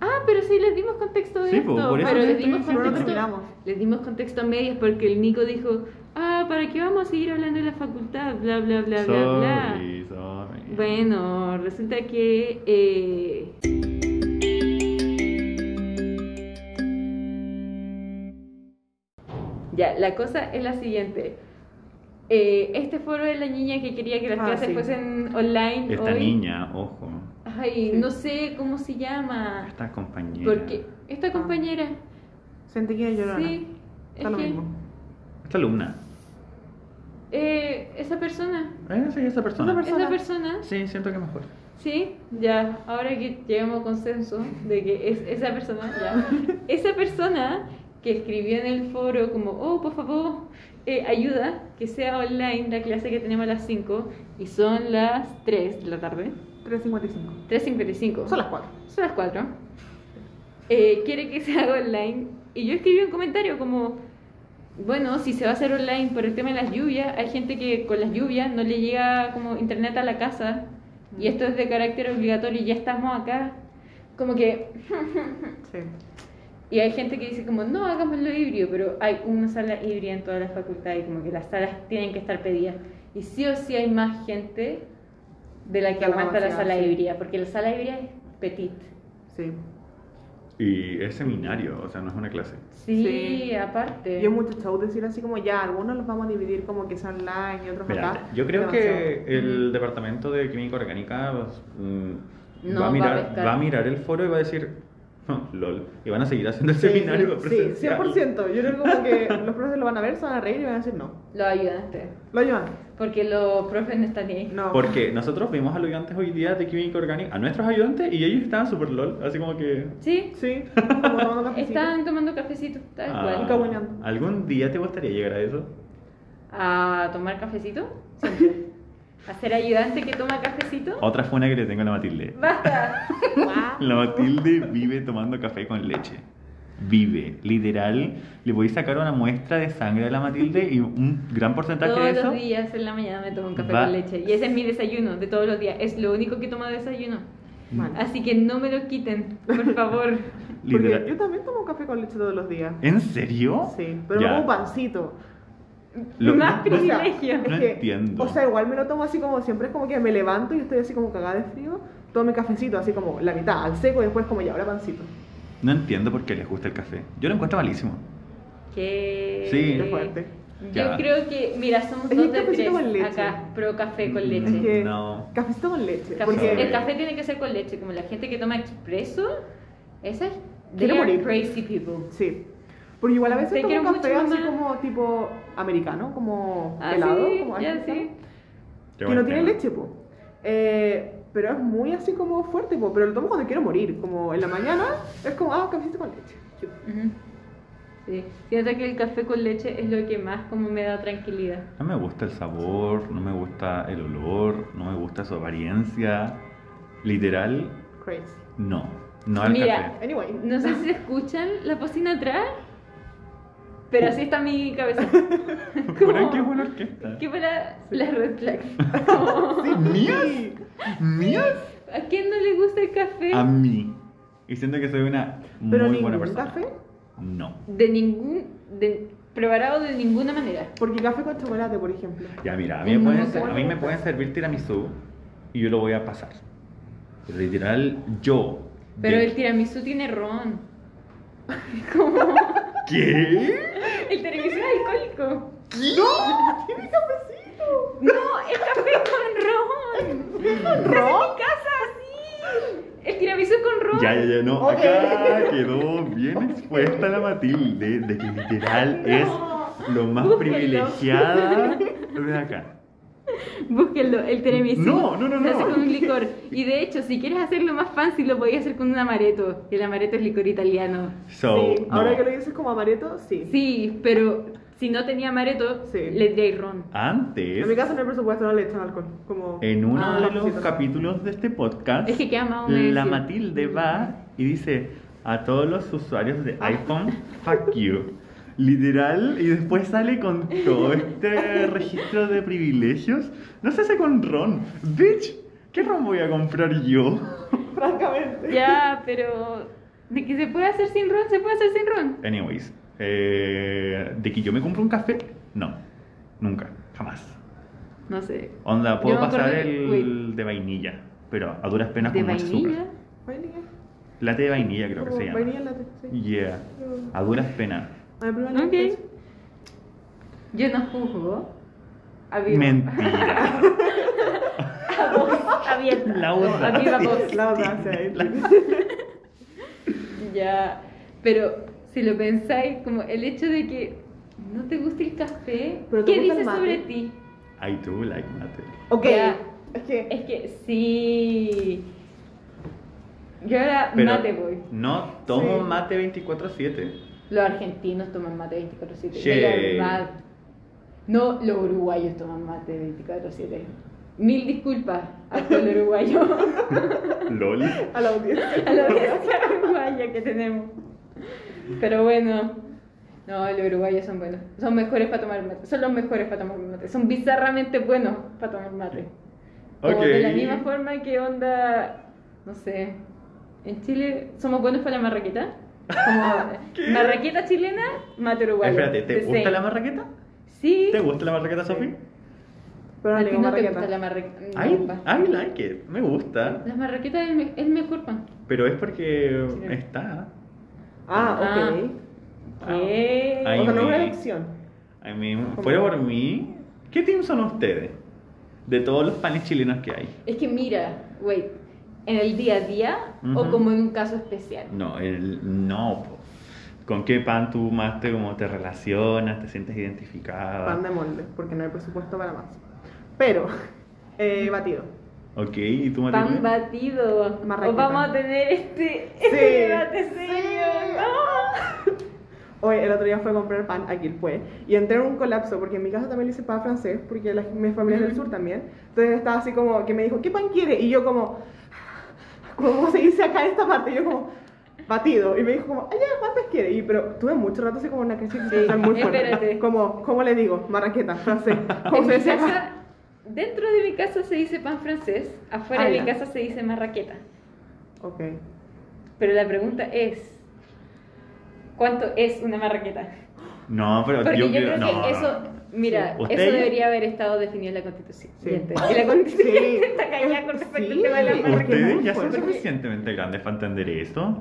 Speaker 2: Ah, pero sí les dimos contexto de
Speaker 1: Sí,
Speaker 2: esto.
Speaker 1: po, por eso
Speaker 2: pero
Speaker 1: te
Speaker 2: les
Speaker 1: estoy
Speaker 2: dimos
Speaker 1: diciendo.
Speaker 2: contexto.
Speaker 3: Pero no terminamos.
Speaker 2: Les dimos contexto a medias porque el Nico dijo, ah, ¿para qué vamos a seguir hablando de la facultad? Bla, bla, bla, bla, bla.
Speaker 1: sorry, sorry.
Speaker 2: Bueno, resulta que eh, ya, la cosa es la siguiente. Eh, este foro de la niña que quería que las
Speaker 3: Ah,
Speaker 2: clases
Speaker 3: sí.
Speaker 2: fuesen online
Speaker 1: Esta
Speaker 2: hoy.
Speaker 1: niña, ojo.
Speaker 2: Ay,
Speaker 3: Sí.
Speaker 2: no sé cómo se llama.
Speaker 1: Esta compañera.
Speaker 2: Porque
Speaker 3: Ah.
Speaker 2: esta compañera,
Speaker 3: Sentí que llorar.
Speaker 2: sí,
Speaker 3: Está
Speaker 2: es
Speaker 3: lo
Speaker 2: que,
Speaker 3: mismo.
Speaker 1: Esta alumna.
Speaker 2: eh, esa persona,
Speaker 1: Eh, sí, esa persona.
Speaker 3: Esa Persona.
Speaker 2: esa persona,
Speaker 1: Sí, siento que mejor.
Speaker 2: Sí, ya, ahora que llegamos a consenso de que es esa persona, ya, esa persona que escribió en el foro como, oh, por favor, eh, ayuda, que sea online la clase que tenemos a las 5 y son las 3 de la tarde,
Speaker 3: 3.55.
Speaker 2: 3.55,
Speaker 3: Son las 4.
Speaker 2: son las 4, quiere que se haga online y yo escribí un comentario como, bueno, si se va a hacer online por el tema de las lluvias, hay gente que con las lluvias no le llega como internet a la casa y esto es de carácter obligatorio y ya estamos acá. Como que,
Speaker 3: Sí.
Speaker 2: y hay gente que dice como, no, hagámoslo híbrido, pero hay una sala híbrida en todas las facultades y como que las salas tienen que estar pedidas. Y sí o sí hay más gente de la que
Speaker 3: De la
Speaker 2: aguanta la
Speaker 3: capacidad,
Speaker 2: sala
Speaker 3: sí.
Speaker 2: híbrida, porque la sala híbrida es petit.
Speaker 3: Sí.
Speaker 1: Y es seminario, o sea, no es una clase.
Speaker 2: Sí,
Speaker 3: Sí.
Speaker 2: aparte.
Speaker 3: Yo mucho show decir así como ya, algunos los vamos a dividir como que son online y otros acá.
Speaker 1: Mira, yo creo que
Speaker 3: Demasiado.
Speaker 1: el departamento de química orgánica pues, mm, va,
Speaker 2: No, va
Speaker 1: a
Speaker 2: a
Speaker 1: mirar, va, a
Speaker 2: pescar.
Speaker 1: mirar el foro y va a decir, "Oh, lol, y van a seguir haciendo el
Speaker 3: Sí,
Speaker 1: seminario
Speaker 3: sí, Sí,
Speaker 1: presencial.
Speaker 3: 100%. Yo creo como que los profes lo van a ver, se van a reír y van a decir no.
Speaker 2: Lo ayudaste.
Speaker 3: Lo llevan.
Speaker 2: Porque los profes no están ahí.
Speaker 3: No.
Speaker 1: Porque nosotros vimos a los ayudantes hoy día de química orgánica, a nuestros ayudantes, y ellos estaban súper lol, así como que...
Speaker 2: Sí,
Speaker 3: Sí, como tomando cafecito.
Speaker 2: están tomando cafecito, tal
Speaker 1: ah,
Speaker 2: cual.
Speaker 3: cagoneando.
Speaker 1: ¿Algún día te gustaría llegar a eso?
Speaker 2: a tomar cafecito siempre. a ser ayudante que toma cafecito
Speaker 1: Otra funa que le tengo a la Matilde.
Speaker 2: basta
Speaker 1: La Matilde vive tomando café con leche. Vive, literal. Le podéis sacar una muestra de sangre de la Matilde y un gran porcentaje de
Speaker 2: todos
Speaker 1: eso.
Speaker 2: los días en la mañana me tomo un café
Speaker 1: Va.
Speaker 2: con leche y ese es mi desayuno de todos los días es lo único que tomo de desayuno
Speaker 3: Mal.
Speaker 2: así que no me lo quiten por favor
Speaker 1: literal-
Speaker 3: Porque yo también tomo café con leche todos los días.
Speaker 1: ¿En serio?
Speaker 3: Sí, pero
Speaker 1: Ya.
Speaker 3: no como pancito.
Speaker 1: Lo-
Speaker 2: más
Speaker 1: no-
Speaker 3: O sea,
Speaker 2: privilegio
Speaker 1: No
Speaker 3: es que-
Speaker 1: entiendo.
Speaker 3: O sea, igual me lo tomo así como siempre, es como que me levanto y estoy así como cagada de frío, tomo mi cafecito así como la mitad, al seco y después como ya, ahora pancito.
Speaker 1: No entiendo por qué les gusta el café. Yo lo encuentro malísimo.
Speaker 2: que
Speaker 1: Sí.
Speaker 3: Qué fuerte.
Speaker 2: yo
Speaker 1: Ya.
Speaker 2: creo que mira somos
Speaker 3: Es
Speaker 2: dos
Speaker 3: que
Speaker 2: de
Speaker 3: cafecito con
Speaker 2: tres
Speaker 3: leche.
Speaker 2: acá pro café
Speaker 1: Mm.
Speaker 2: con leche
Speaker 3: Es que
Speaker 1: No.
Speaker 3: cafecito con leche.
Speaker 2: Café-
Speaker 1: Sorry.
Speaker 3: porque
Speaker 2: el café tiene que ser con leche como la gente que toma expreso esa es they
Speaker 3: Quiero
Speaker 2: are
Speaker 3: morir.
Speaker 2: crazy people
Speaker 3: sí. Porque igual a veces
Speaker 2: Te
Speaker 3: tomo
Speaker 2: quiero
Speaker 3: café
Speaker 2: mucho,
Speaker 3: así
Speaker 2: mamá.
Speaker 3: como tipo americano, como
Speaker 2: Ah,
Speaker 3: helado,
Speaker 2: sí,
Speaker 3: como
Speaker 2: ya
Speaker 3: así,
Speaker 2: sí.
Speaker 1: Qué
Speaker 3: que
Speaker 1: buen
Speaker 3: no tiene
Speaker 1: tema.
Speaker 3: leche, po. Eh, pero es muy así como fuerte, po. Pero lo tomo cuando quiero morir, como en la mañana es como ah, cafecito con leche. Cute.
Speaker 2: Ujú. Sí, siento que el café con leche es lo que más como me da tranquilidad.
Speaker 1: No me gusta el sabor, no me gusta el olor, no me gusta su apariencia. Literal,
Speaker 3: Crazy.
Speaker 1: no. No al
Speaker 2: Mira,
Speaker 1: café.
Speaker 3: Anyway,
Speaker 2: No sé si escuchan la bocina atrás, pero así está mi cabeza.
Speaker 1: Por aquí es una orquesta.
Speaker 2: ¿Qué para las red flags? Como,
Speaker 1: ¿Mías? ¿Mías?
Speaker 2: ¿A quién no le gusta el café?
Speaker 1: A mí. Y siento que soy una muy
Speaker 3: pero
Speaker 1: buena
Speaker 3: ningún
Speaker 1: persona.
Speaker 3: café,
Speaker 1: No.
Speaker 2: De ningún. De, preparado de ninguna manera.
Speaker 3: porque café con chocolate, por ejemplo.
Speaker 1: Ya, mira, a mí, me
Speaker 2: No,
Speaker 1: pueden,
Speaker 2: no,
Speaker 1: ser- a mí me
Speaker 3: no.
Speaker 1: pueden servir tiramisú y yo lo voy a pasar. Pero literal, yo
Speaker 2: Pero
Speaker 1: Bien.
Speaker 2: el tiramisú tiene ron. ¿Cómo?
Speaker 1: ¿Qué?
Speaker 2: El tiramisú es alcohólico.
Speaker 3: ¡No! ¡Tiene cafecito!
Speaker 2: No, es café con ron.
Speaker 3: ¿Ron?
Speaker 2: En casa, sí. El tiramisú con ron.
Speaker 1: Ya, ya, ya, no.
Speaker 3: Ok.
Speaker 1: Acá quedó bien expuesta la Matilde de que literal
Speaker 2: No.
Speaker 1: es lo más
Speaker 2: Búsquenlo.
Speaker 1: privilegiada de acá.
Speaker 2: Búsquenlo, el tiramisú.
Speaker 1: No, no, no,
Speaker 2: Se
Speaker 1: no.
Speaker 2: hace con un licor. Y de hecho, si quieres hacerlo más fancy, lo podías hacer con un amaretto. El amaretto es licor italiano.
Speaker 1: So,
Speaker 3: sí,
Speaker 1: no.
Speaker 3: ahora que lo dices como amareto, sí.
Speaker 2: Sí, pero si no tenía amaretto,
Speaker 3: Sí.
Speaker 2: le diría ron.
Speaker 3: En mi
Speaker 1: Antes,
Speaker 3: casa no hay presupuesto, no le echan alcohol. Como...
Speaker 1: en uno
Speaker 2: Ah,
Speaker 1: de los
Speaker 3: cositas.
Speaker 1: capítulos de este podcast,
Speaker 2: Es que queda más o menos
Speaker 1: la
Speaker 2: así.
Speaker 1: Matilde va y dice a todos los usuarios de
Speaker 2: Ah.
Speaker 1: iPhone, fuck you. Literal, y después sale con todo este registro de privilegios. No se hace con ron. Bitch, ¿qué ron voy a comprar yo?
Speaker 3: Francamente.
Speaker 2: Ya, pero de que se puede hacer sin ron, se puede hacer sin ron.
Speaker 1: Anyways, eh, ¿de que yo me compro un café? No, nunca, jamás.
Speaker 2: No sé.
Speaker 1: Onda,
Speaker 2: Yo
Speaker 1: puedo
Speaker 2: me acuerdo
Speaker 1: pasar
Speaker 2: que-
Speaker 1: el
Speaker 2: wait.
Speaker 1: de vainilla, pero a duras penas
Speaker 2: ¿De
Speaker 1: con mucho azúcar.
Speaker 2: vainilla?
Speaker 3: Vainilla.
Speaker 1: Latte de vainilla creo que
Speaker 3: como
Speaker 1: se llama.
Speaker 3: Vainilla latte, sí.
Speaker 1: Yeah, a duras penas.
Speaker 3: A ver, pruébalo.
Speaker 2: Ok. Yo no juzgo. A viva-
Speaker 1: Mentira.
Speaker 2: a voz abierta.
Speaker 1: La voz.
Speaker 2: A viva voz.
Speaker 3: La audacia, ¿eh?
Speaker 2: Ya. Pero si lo pensáis, como el hecho de que no te guste el café,
Speaker 3: Pero te
Speaker 2: ¿qué
Speaker 3: gusta
Speaker 2: dice
Speaker 3: el mate.
Speaker 2: sobre ti?
Speaker 1: I do like mate.
Speaker 3: Ok.
Speaker 2: Ya.
Speaker 3: Es que.
Speaker 2: Es que sí. Yo ahora
Speaker 1: Pero
Speaker 2: mate voy.
Speaker 1: no tomo
Speaker 3: Sí.
Speaker 1: mate 24/7.
Speaker 2: Los argentinos toman mate 24-7.
Speaker 1: Che.
Speaker 2: De verdad. No, los uruguayos toman mate 24-7. Mil disculpas a todo el uruguayo,
Speaker 1: Lol.
Speaker 3: A la audiencia.
Speaker 2: a la audiencia uruguaya que tenemos. Pero bueno, no, los uruguayos son buenos. Son mejores para tomar mate. Son los mejores para tomar mate. Son bizarramente buenos para tomar mate. Como
Speaker 1: Ok.
Speaker 2: de la misma forma que onda, no sé, en Chile somos buenos para la marraqueta. Como marraqueta chilena, mate uruguayo.
Speaker 1: Espérate, ¿te
Speaker 2: The
Speaker 1: gusta
Speaker 2: same.
Speaker 1: la marraqueta?
Speaker 2: Sí.
Speaker 1: ¿Te gusta la marraqueta, Sofi?
Speaker 3: Pero
Speaker 2: A
Speaker 3: no le
Speaker 2: ti
Speaker 3: digo
Speaker 2: no te
Speaker 3: marraqueta.
Speaker 2: gusta la marraqueta. Mm,
Speaker 1: I, I like it. Me gusta.
Speaker 2: La marraqueta es el, me- es mejor pan.
Speaker 1: Pero es porque
Speaker 2: Sí.
Speaker 1: está.
Speaker 3: Ah, ok.
Speaker 2: ¿Qué?
Speaker 1: Ay,
Speaker 3: o sea, no es una
Speaker 1: me-
Speaker 3: elección.
Speaker 1: I mean, fuera por mí, ¿qué team son ustedes? De todos los panes chilenos que hay.
Speaker 2: Es que mira, wait, en el día a día
Speaker 1: Ujú.
Speaker 2: o como en un caso especial.
Speaker 1: No, el no. po. ¿Con qué pan tú más te, como te relacionas, te sientes identificada?
Speaker 3: Pan de molde, porque no hay presupuesto para más. Pero, eh, batido.
Speaker 1: Ok, ¿y tú, Matilde?
Speaker 2: Pan batido.
Speaker 3: Marraqueta.
Speaker 2: O vamos a tener este,
Speaker 3: Sí.
Speaker 2: este debate serio.
Speaker 3: Sí.
Speaker 2: No.
Speaker 3: Hoy, el otro día fue a comprar pan a Quilpue y entré en un colapso porque en mi casa también le hice pan francés porque la, mi familia es del sur también. Entonces estaba así como que me dijo, ¿qué pan quiere? Y yo como, ¿cómo se dice acá en esta parte? Y yo como, batido. Y me dijo como, ay, ya, ¿cuántas quiere? Y pero tuve mucho rato así como una crisis existencial muy fuerte.
Speaker 2: espérate.
Speaker 3: Como, ¿cómo le digo? Marraqueta, francés. ¿Cómo
Speaker 2: En
Speaker 3: se
Speaker 2: mi
Speaker 3: dice acá?
Speaker 2: casa, dentro de mi casa se dice pan francés, afuera
Speaker 3: Ah,
Speaker 2: de
Speaker 3: ya.
Speaker 2: mi casa se dice marraqueta.
Speaker 3: Ok.
Speaker 2: Pero la pregunta es, ¿cuánto es una marraqueta?
Speaker 1: No, pero
Speaker 2: Porque yo,
Speaker 1: yo, creo-
Speaker 2: creo
Speaker 1: no,
Speaker 2: que
Speaker 1: no,
Speaker 2: eso,
Speaker 1: no.
Speaker 2: mira,
Speaker 1: ¿Usted?
Speaker 2: eso debería haber estado definido en la Constitución.
Speaker 3: Sí.
Speaker 2: Gente, En la Constitución
Speaker 3: Sí.
Speaker 2: está callada con respecto al
Speaker 3: Sí.
Speaker 2: tema de la
Speaker 3: Usted-
Speaker 2: marraqueta.
Speaker 1: Ustedes
Speaker 3: muy
Speaker 1: ya son
Speaker 3: fuerte.
Speaker 1: suficientemente grandes para entender esto.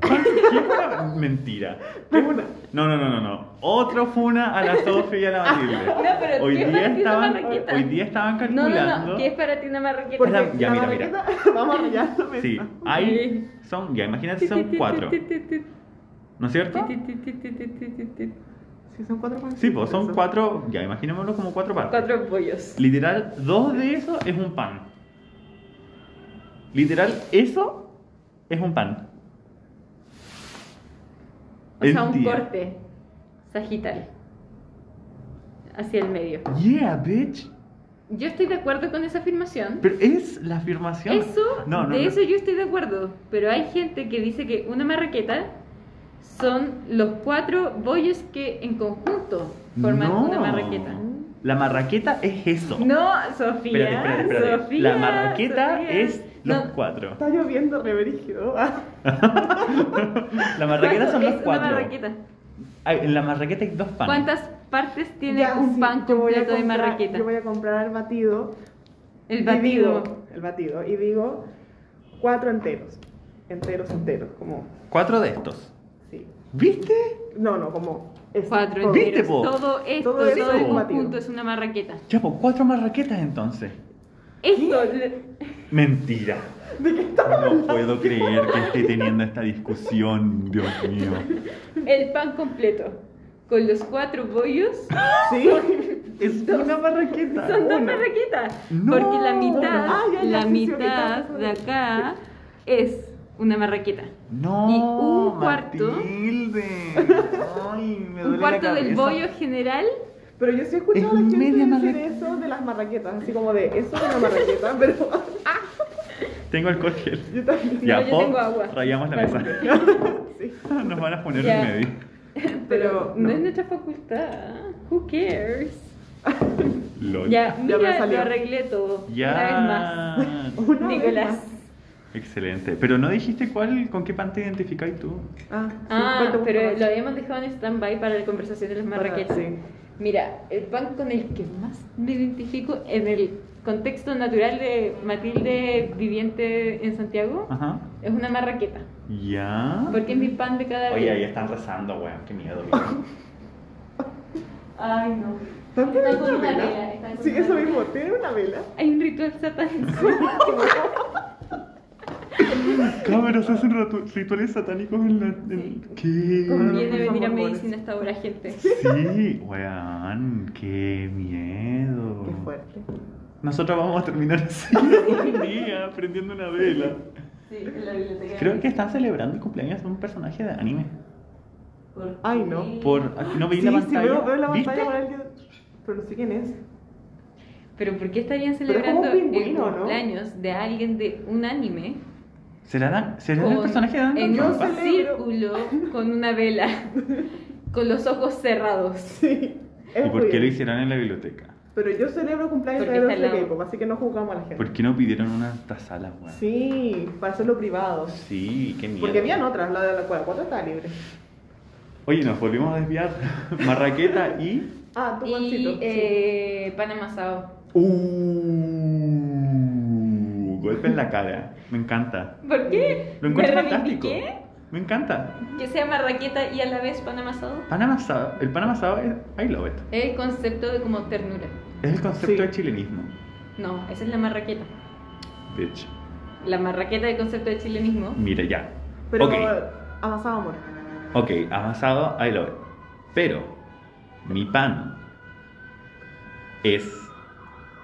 Speaker 1: ¿Qué una mentira? ¿Qué una- No, no, no, no, no. Otro funa a la Sofía y a la Matilde.
Speaker 2: No, pero
Speaker 1: hoy
Speaker 2: ¿qué para
Speaker 1: día
Speaker 2: ti una
Speaker 1: estaban,
Speaker 2: marraqueta?
Speaker 1: hoy día estaban
Speaker 2: No,
Speaker 1: calculando. Pues
Speaker 2: no, no, ¿qué es para ti una marraqueta?
Speaker 3: Porque
Speaker 1: la- ya,
Speaker 3: la
Speaker 1: mira, mira.
Speaker 3: marraqueta- vamos a rayar la mesa.
Speaker 1: Sí, hay, son, ya imagínate, son cuatro, ¿no es cierto?
Speaker 3: Sí, son cuatro panes.
Speaker 1: Sí, pues son cuatro, ya imaginémoslo como cuatro partes.
Speaker 2: Cuatro pollos.
Speaker 1: Literal, dos de eso es un pan. Literal, eso es un pan.
Speaker 2: O sea, un
Speaker 1: Entiendo.
Speaker 2: corte sagital hacia el medio.
Speaker 1: Yeah, bitch.
Speaker 2: Yo estoy de acuerdo con esa afirmación.
Speaker 1: Pero es la afirmación.
Speaker 2: Eso,
Speaker 1: No, no,
Speaker 2: de
Speaker 1: no.
Speaker 2: eso yo estoy de acuerdo. Pero hay gente que dice que una marraqueta son los cuatro bollos que en conjunto forman
Speaker 1: No.
Speaker 2: una marraqueta.
Speaker 1: La marraqueta es eso.
Speaker 2: No, Sofía.
Speaker 1: espérate, espérate, espérate.
Speaker 2: Sofía,
Speaker 1: la marraqueta
Speaker 2: Sofía.
Speaker 1: es los
Speaker 2: No,
Speaker 1: cuatro.
Speaker 3: Está lloviendo reverígido.
Speaker 1: La marraqueta
Speaker 2: ¿cuánto
Speaker 1: son los
Speaker 2: es una
Speaker 1: cuatro.
Speaker 2: marraqueta?
Speaker 1: Ay, en la marraqueta hay dos panes.
Speaker 2: ¿Cuántas partes tiene
Speaker 3: Ya,
Speaker 2: un
Speaker 3: sí,
Speaker 2: pan
Speaker 3: yo voy a
Speaker 2: completo de
Speaker 3: comprar-
Speaker 2: marraqueta?
Speaker 3: Yo voy a comprar el batido.
Speaker 2: El
Speaker 3: y digo-
Speaker 2: batido.
Speaker 3: el batido. Y digo cuatro enteros. enteros, enteros, como,
Speaker 1: Cuatro de estos.
Speaker 3: sí.
Speaker 1: ¿Viste?
Speaker 3: No, no, como... es-
Speaker 2: Cuatro
Speaker 3: todo.
Speaker 1: ¿Viste,
Speaker 2: enteros.
Speaker 1: po?
Speaker 2: Todo esto,
Speaker 3: Todo
Speaker 2: todo,
Speaker 3: eso
Speaker 2: el
Speaker 1: es un
Speaker 2: conjunto
Speaker 3: batido.
Speaker 2: es una marraqueta.
Speaker 1: Ya, pues cuatro marraquetas entonces.
Speaker 2: Esto, le-
Speaker 1: Mentira.
Speaker 3: ¿De qué estamos
Speaker 1: No
Speaker 3: hablando?
Speaker 1: puedo creer que esté teniendo esta discusión, Dios mío.
Speaker 2: el pan completo, con los cuatro bollos,
Speaker 3: Sí.
Speaker 1: Es una marraqueta.
Speaker 2: son dos
Speaker 1: una.
Speaker 2: marraquetas.
Speaker 1: No.
Speaker 2: Porque la mitad,
Speaker 3: Ah, ya, ya,
Speaker 2: la
Speaker 3: sí, sí,
Speaker 2: mitad
Speaker 3: ahorita.
Speaker 2: de acá es una marraqueta.
Speaker 1: No,
Speaker 2: Y un cuarto.
Speaker 1: Matilde. Ay, me duele
Speaker 2: Un
Speaker 1: la
Speaker 2: cuarto del
Speaker 1: cabeza.
Speaker 2: bollo general
Speaker 3: Pero yo sí he escuchado a
Speaker 1: Es
Speaker 3: la gente
Speaker 1: media
Speaker 3: decir
Speaker 1: marraqueta.
Speaker 3: eso de las marraquetas, así como de eso es una marraqueta, pero
Speaker 1: Tengo alcohol gel.
Speaker 3: yo también.
Speaker 1: Ya,
Speaker 2: yo
Speaker 1: pop,
Speaker 2: tengo agua.
Speaker 1: rayamos la mesa.
Speaker 3: Sí.
Speaker 1: Nos van a poner en
Speaker 2: Ya.
Speaker 1: medio.
Speaker 2: Pero
Speaker 3: Pero
Speaker 2: no
Speaker 3: no.
Speaker 2: es nuestra facultad. Who cares?
Speaker 1: Lol.
Speaker 2: Ya,
Speaker 3: Ya me
Speaker 2: mira,
Speaker 3: salió.
Speaker 2: lo arreglé todo.
Speaker 1: Ya.
Speaker 2: Una vez más.
Speaker 3: Una vez
Speaker 2: Nicolás.
Speaker 3: más.
Speaker 1: Excelente. Pero no dijiste cuál, con qué pan te identificáis tú.
Speaker 3: Ah, sí, ¿cuál
Speaker 2: Ah,
Speaker 3: te gusta
Speaker 2: pero
Speaker 3: más?
Speaker 2: lo habíamos dejado en stand-by para la conversación de las marraquetas.
Speaker 3: Sí.
Speaker 2: Mira, el pan con el que más me identifico en el contexto natural de Matilde viviente en Santiago
Speaker 1: Ajá.
Speaker 2: es una marraqueta.
Speaker 1: Ya.
Speaker 2: Porque es mi pan de cada
Speaker 1: Oye,
Speaker 2: día.
Speaker 1: ahí están rezando, weón. Qué miedo. weón.
Speaker 2: Ay, no.
Speaker 3: ¿Están
Speaker 2: Está
Speaker 3: teniendo
Speaker 2: con
Speaker 3: una
Speaker 2: una
Speaker 3: vela?
Speaker 2: vela, está con
Speaker 3: Sí,
Speaker 2: una
Speaker 3: eso
Speaker 2: vela.
Speaker 3: mismo, tiene una vela.
Speaker 2: Hay un ritual satánico.
Speaker 1: Cámaras hacen ratu- rituales satánicos en la. en- ¿Qué?
Speaker 2: Conviene
Speaker 3: por
Speaker 2: venir a
Speaker 3: favor,
Speaker 2: medicina hasta ahora, gente.
Speaker 1: Sí, weón. Qué miedo.
Speaker 3: Qué fuerte.
Speaker 1: Nosotros vamos a terminar así un día, prendiendo una vela.
Speaker 2: Sí, en la biblioteca.
Speaker 1: Creo que están celebrando el cumpleaños de un personaje de anime.
Speaker 2: Por-
Speaker 3: Ay, no.
Speaker 1: Por, ¿No veis
Speaker 3: sí,
Speaker 1: la
Speaker 3: sí,
Speaker 1: pantalla?
Speaker 3: veo, veo la
Speaker 1: ¿Viste?
Speaker 3: pantalla con alguien, pero no sé quién es.
Speaker 2: Pero ¿por qué estarían
Speaker 3: Pero es
Speaker 2: celebrando
Speaker 3: como un pingüino,
Speaker 2: el
Speaker 3: ¿no?
Speaker 2: cumpleaños de alguien de un anime?
Speaker 1: ¿Será, Dan- será el
Speaker 2: con-
Speaker 1: personaje de Danganronpa?
Speaker 2: en un
Speaker 3: Rampa?
Speaker 2: círculo con una vela, con los ojos cerrados.
Speaker 3: Sí. es
Speaker 1: ¿Y por qué
Speaker 3: weird.
Speaker 1: lo hicieron en la biblioteca?
Speaker 3: Pero yo celebro cumpleaños
Speaker 2: Porque
Speaker 3: de
Speaker 2: está al
Speaker 3: de
Speaker 2: lado.
Speaker 3: K-pop, así que no juzgamos a la gente.
Speaker 1: ¿Por qué no pidieron una otra sala, weón?
Speaker 3: Sí, para hacerlo privado.
Speaker 1: Sí, qué miedo.
Speaker 3: Porque habían otras, la de la cual cuatro estaba libre.
Speaker 1: Oye, nos volvimos a desviar. Marraqueta y.
Speaker 3: Ah, tu pancito.
Speaker 2: Y eh, pan amasado.
Speaker 1: Uh, golpe en la cara. Me encanta.
Speaker 2: ¿Por qué?
Speaker 1: Lo encuentro
Speaker 2: ¿Me
Speaker 1: fantástico.
Speaker 2: reivindiqué?
Speaker 1: Me encanta.
Speaker 2: Que sea marraqueta y a la vez pan amasado.
Speaker 1: Pan amasado. El pan amasado es. I love it.
Speaker 2: Es el concepto de como ternura.
Speaker 1: Es el concepto
Speaker 3: Sí.
Speaker 1: de chilenismo.
Speaker 2: No, esa es la marraqueta.
Speaker 1: Bitch.
Speaker 2: La marraqueta del concepto de chilenismo.
Speaker 1: Mira ya.
Speaker 3: sí. Pero
Speaker 1: Ok,
Speaker 3: avanzaba amor.
Speaker 1: ok, amasado, I love it. Pero, mi pan es.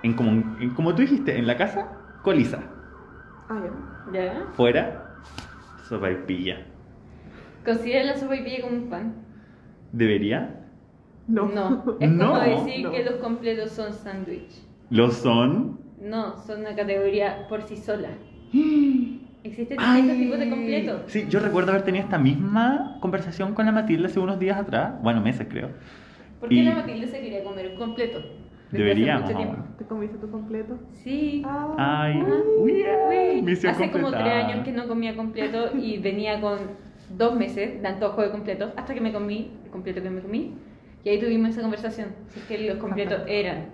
Speaker 1: En como, en como tú dijiste, en la casa, coliza.
Speaker 3: Ah, ya.
Speaker 2: ¿Ya?
Speaker 1: Fuera, sopaipilla.
Speaker 2: Considera la sopa y pilla como un pan.
Speaker 1: ¿Debería?
Speaker 3: No.
Speaker 2: Es
Speaker 1: No,
Speaker 2: como decir
Speaker 3: no.
Speaker 2: que los completos son sándwich.
Speaker 1: Lo son.
Speaker 2: No, son una categoría por sí sola. Existen
Speaker 1: Ay.
Speaker 2: distintos tipos de completos.
Speaker 1: Sí, yo recuerdo haber tenido esta misma conversación con la Matilde hace unos días atrás, bueno, meses creo.
Speaker 2: ¿Por qué
Speaker 1: Y-
Speaker 2: la Matilde se quería comer un completo? Desde
Speaker 1: Deberíamos.
Speaker 2: hace mucho tiempo.
Speaker 3: ¿Te comiste tu completo?
Speaker 2: Sí.
Speaker 3: Ah.
Speaker 1: Ay,
Speaker 2: Ah,
Speaker 1: uy,
Speaker 2: uy.
Speaker 1: misión
Speaker 2: Hace como tres
Speaker 1: completada.
Speaker 2: años que no comía completo y venía con dos meses de antojo de completo hasta que me comí el completo que me comí. Y ahí tuvimos esa conversación. Si es que los completos eran.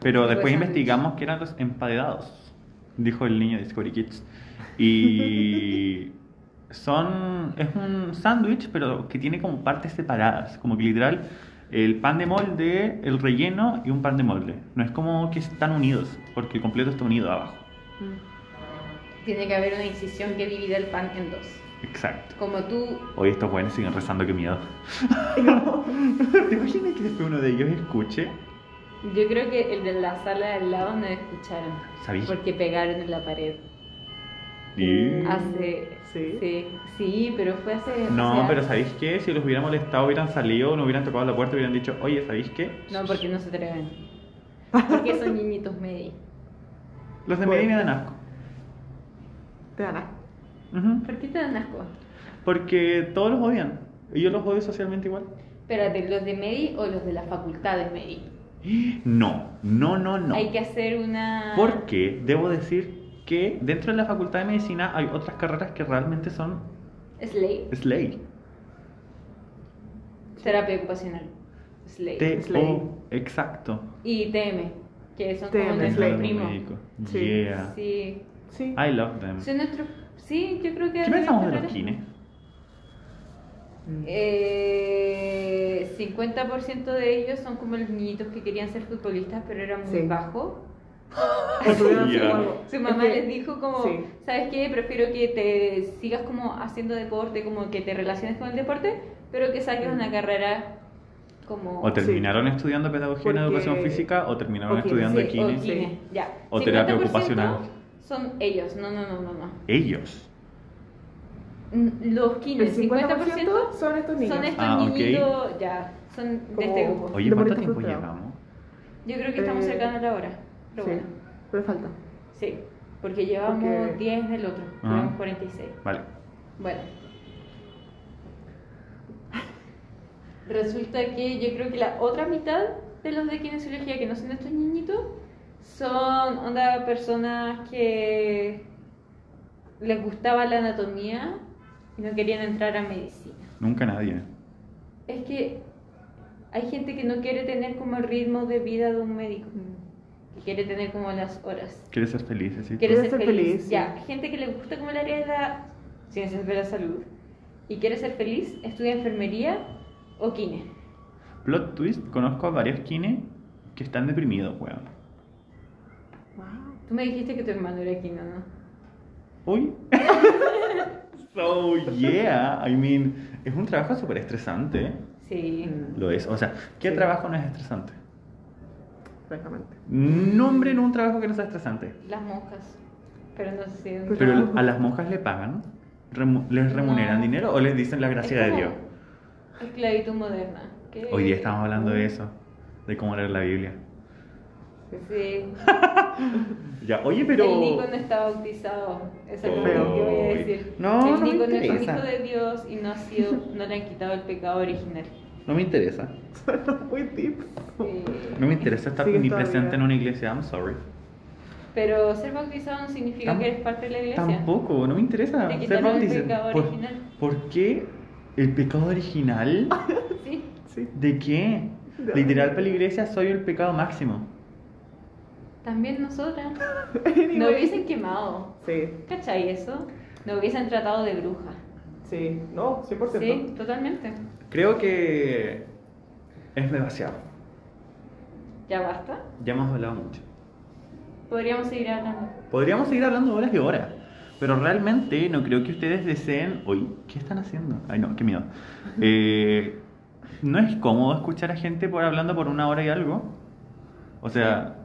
Speaker 1: Pero
Speaker 2: Pues
Speaker 1: después
Speaker 2: sándwich.
Speaker 1: investigamos que eran los emparedados, dijo el niño de Discovery Kids. Y son, es un sándwich, pero que tiene como partes separadas, como que literal el pan de molde, el relleno y un pan de molde. No es como que están unidos, porque el completo está unido abajo. Mm.
Speaker 2: Tiene que haber una incisión que divida el pan en dos.
Speaker 1: Exacto.
Speaker 2: Como tú
Speaker 1: Hoy estos buenos siguen rezando, qué miedo. ¿Te imaginas que después uno de ellos escuche?
Speaker 2: Yo creo que el de la sala de al lado no escucharon.
Speaker 1: ¿Sabí?
Speaker 2: Porque pegaron en la pared.
Speaker 1: Y-
Speaker 2: Hace.
Speaker 3: ¿Sí?
Speaker 2: Sí, sí, pero fue hace.
Speaker 1: No,
Speaker 2: o sea,
Speaker 1: pero ¿sabéis qué? Si los hubiera molestado, hubieran salido, no hubieran tocado la puerta, hubieran dicho, oye, ¿sabéis qué?
Speaker 2: No, porque no se atreven. Porque son niñitos medio.
Speaker 1: Los de Medellín me dan asco.
Speaker 3: Te ganas.
Speaker 1: Ujú.
Speaker 2: ¿Por qué te dan asco?
Speaker 1: Porque todos los odian. Y yo los odio socialmente igual.
Speaker 2: Espérate, ¿los de Medi o los de la facultad de Medi?
Speaker 1: No, no, no, no.
Speaker 2: Hay que hacer una.
Speaker 1: Porque debo decir que dentro de la Facultad de Medicina hay otras carreras que realmente son
Speaker 2: Slay.
Speaker 1: Slay.
Speaker 2: Terapia ocupacional. Slay.
Speaker 3: Slay.
Speaker 1: T-O, exacto.
Speaker 2: Y TM, que son como
Speaker 3: TM,
Speaker 2: nuestros
Speaker 3: Slay.
Speaker 2: primos.
Speaker 1: Médico.
Speaker 3: Sí,
Speaker 1: Yeah.
Speaker 2: Sí.
Speaker 3: Sí.
Speaker 1: I love them.
Speaker 2: Son nuestros Sí, yo creo que...
Speaker 1: ¿Qué
Speaker 2: debe
Speaker 1: pensamos de
Speaker 2: estar
Speaker 1: los
Speaker 2: ahí.
Speaker 1: kines?
Speaker 2: Eh, 50% de ellos son como los niñitos que querían ser futbolistas, pero eran muy
Speaker 3: Sí.
Speaker 2: bajo.
Speaker 3: O tuvieron
Speaker 1: Ya.
Speaker 3: así como algo.
Speaker 2: Su
Speaker 3: Es
Speaker 2: mamá
Speaker 3: que-
Speaker 2: les dijo como,
Speaker 3: sí.
Speaker 2: ¿sabes qué? Prefiero que te sigas como haciendo deporte, como que te relaciones con el deporte, pero que saques
Speaker 3: Mm.
Speaker 2: una carrera como...
Speaker 1: O terminaron estudiando pedagogía en
Speaker 3: Porque-
Speaker 1: educación física, o terminaron
Speaker 3: o kines,
Speaker 1: estudiando
Speaker 2: Sí, o
Speaker 1: kines.
Speaker 3: kines.
Speaker 2: kine,
Speaker 3: Sí.
Speaker 2: ya.
Speaker 1: O terapia
Speaker 2: 50%
Speaker 1: ocupacional.
Speaker 2: Son ellos, no, no, no, no, no.
Speaker 1: Ellos.
Speaker 2: Mm, Los
Speaker 3: El
Speaker 2: kines,
Speaker 3: 50%
Speaker 2: 50%
Speaker 3: son estos niños.
Speaker 2: son estos
Speaker 1: Ah, ok.
Speaker 2: niñitos, ya, son de
Speaker 3: Como-
Speaker 2: este grupo.
Speaker 1: Oye,
Speaker 3: De
Speaker 1: ¿cuánto
Speaker 3: bonito
Speaker 1: tiempo
Speaker 3: frustrado.
Speaker 1: llevamos?
Speaker 2: Yo creo que estamos
Speaker 3: Eh,
Speaker 2: cercanos a la hora. Pero
Speaker 3: Sí,
Speaker 2: bueno,
Speaker 3: pero falta.
Speaker 2: sí, porque llevamos
Speaker 3: Porque-
Speaker 2: 10 del otro,
Speaker 1: Ajá.
Speaker 2: llevamos 46.
Speaker 1: Vale.
Speaker 2: Bueno. Resulta que yo creo que la otra mitad de los de kinesiología que no son estos niñitos son onda personas que les gustaba la anatomía y no querían entrar a medicina.
Speaker 1: Nunca nadie.
Speaker 2: Es que hay gente que no quiere tener como el ritmo de vida de un médico, que quiere tener como las horas.
Speaker 1: Quiere ser feliz, así.
Speaker 2: Quiere ser,
Speaker 3: Quiere ser
Speaker 2: feliz.
Speaker 3: feliz, sí.
Speaker 2: Ya, gente que le gusta como el área de la ciencias de la salud y quiere ser feliz, estudia enfermería o kine.
Speaker 1: Plot twist, conozco a varios kines que están deprimidos, weón.
Speaker 3: Wow.
Speaker 2: Tú me dijiste que tu hermano era kine, ¿no?
Speaker 1: Uy. so yeah. I mean, es un trabajo súper estresante.
Speaker 2: Sí.
Speaker 3: Mm.
Speaker 1: Lo es. O sea, ¿qué
Speaker 3: Sí.
Speaker 1: trabajo no es estresante?
Speaker 3: Francamente.
Speaker 1: Nombren un trabajo que no sea estresante.
Speaker 2: Las moscas. Pero no sé si es un
Speaker 3: Pero-
Speaker 1: Pero a las monjas le pagan, Remu- les remuneran
Speaker 2: Pues No.
Speaker 1: dinero o les dicen la gracia
Speaker 2: Es
Speaker 1: de
Speaker 2: como- eh,
Speaker 1: Dios.
Speaker 2: esclavitud moderna. que-
Speaker 1: Hoy día estamos hablando de eso, de cómo leer la Biblia.
Speaker 2: Sí.
Speaker 1: Ya, oye, pero.
Speaker 2: El Nico no está bautizado. Eso es lo
Speaker 3: Pero-
Speaker 2: que voy a decir.
Speaker 1: No,
Speaker 2: el
Speaker 1: no me
Speaker 2: Nico no es un
Speaker 1: interesa.
Speaker 2: hijo de Dios y no, ha sido, no le han quitado el pecado original.
Speaker 1: No me interesa.
Speaker 3: Muy deep.
Speaker 2: Sí.
Speaker 1: No me interesa estar
Speaker 3: Sigue
Speaker 1: ni
Speaker 3: todavía.
Speaker 1: presente en una iglesia. I'm sorry.
Speaker 2: Pero ser bautizado no significa
Speaker 1: Tam-
Speaker 2: que eres parte de la iglesia.
Speaker 1: Tampoco, no me interesa.
Speaker 2: Te
Speaker 1: ser
Speaker 2: quitaron el
Speaker 1: bautizado.
Speaker 2: pecado
Speaker 1: ¿Por-
Speaker 2: original.
Speaker 1: ¿Por qué el pecado original?
Speaker 2: Sí.
Speaker 3: Sí.
Speaker 1: ¿De qué?
Speaker 3: No.
Speaker 1: Literal, para la iglesia soy el pecado máximo.
Speaker 2: También nosotras. Nos
Speaker 3: Anyway.
Speaker 2: hubiesen quemado.
Speaker 3: Sí,
Speaker 2: ¿Cachai eso? Nos hubiesen tratado de bruja.
Speaker 3: sí. No, 100%.
Speaker 2: Sí, totalmente.
Speaker 1: Creo que es demasiado.
Speaker 2: Ya basta.
Speaker 1: Ya hemos hablado mucho.
Speaker 2: Podríamos seguir hablando.
Speaker 1: Podríamos seguir hablando horas y horas, pero realmente no creo que ustedes deseen... Uy, ¿qué están haciendo? Ay, no, qué miedo. Eh, no es cómodo escuchar a gente por hablando por una hora y algo. O sea,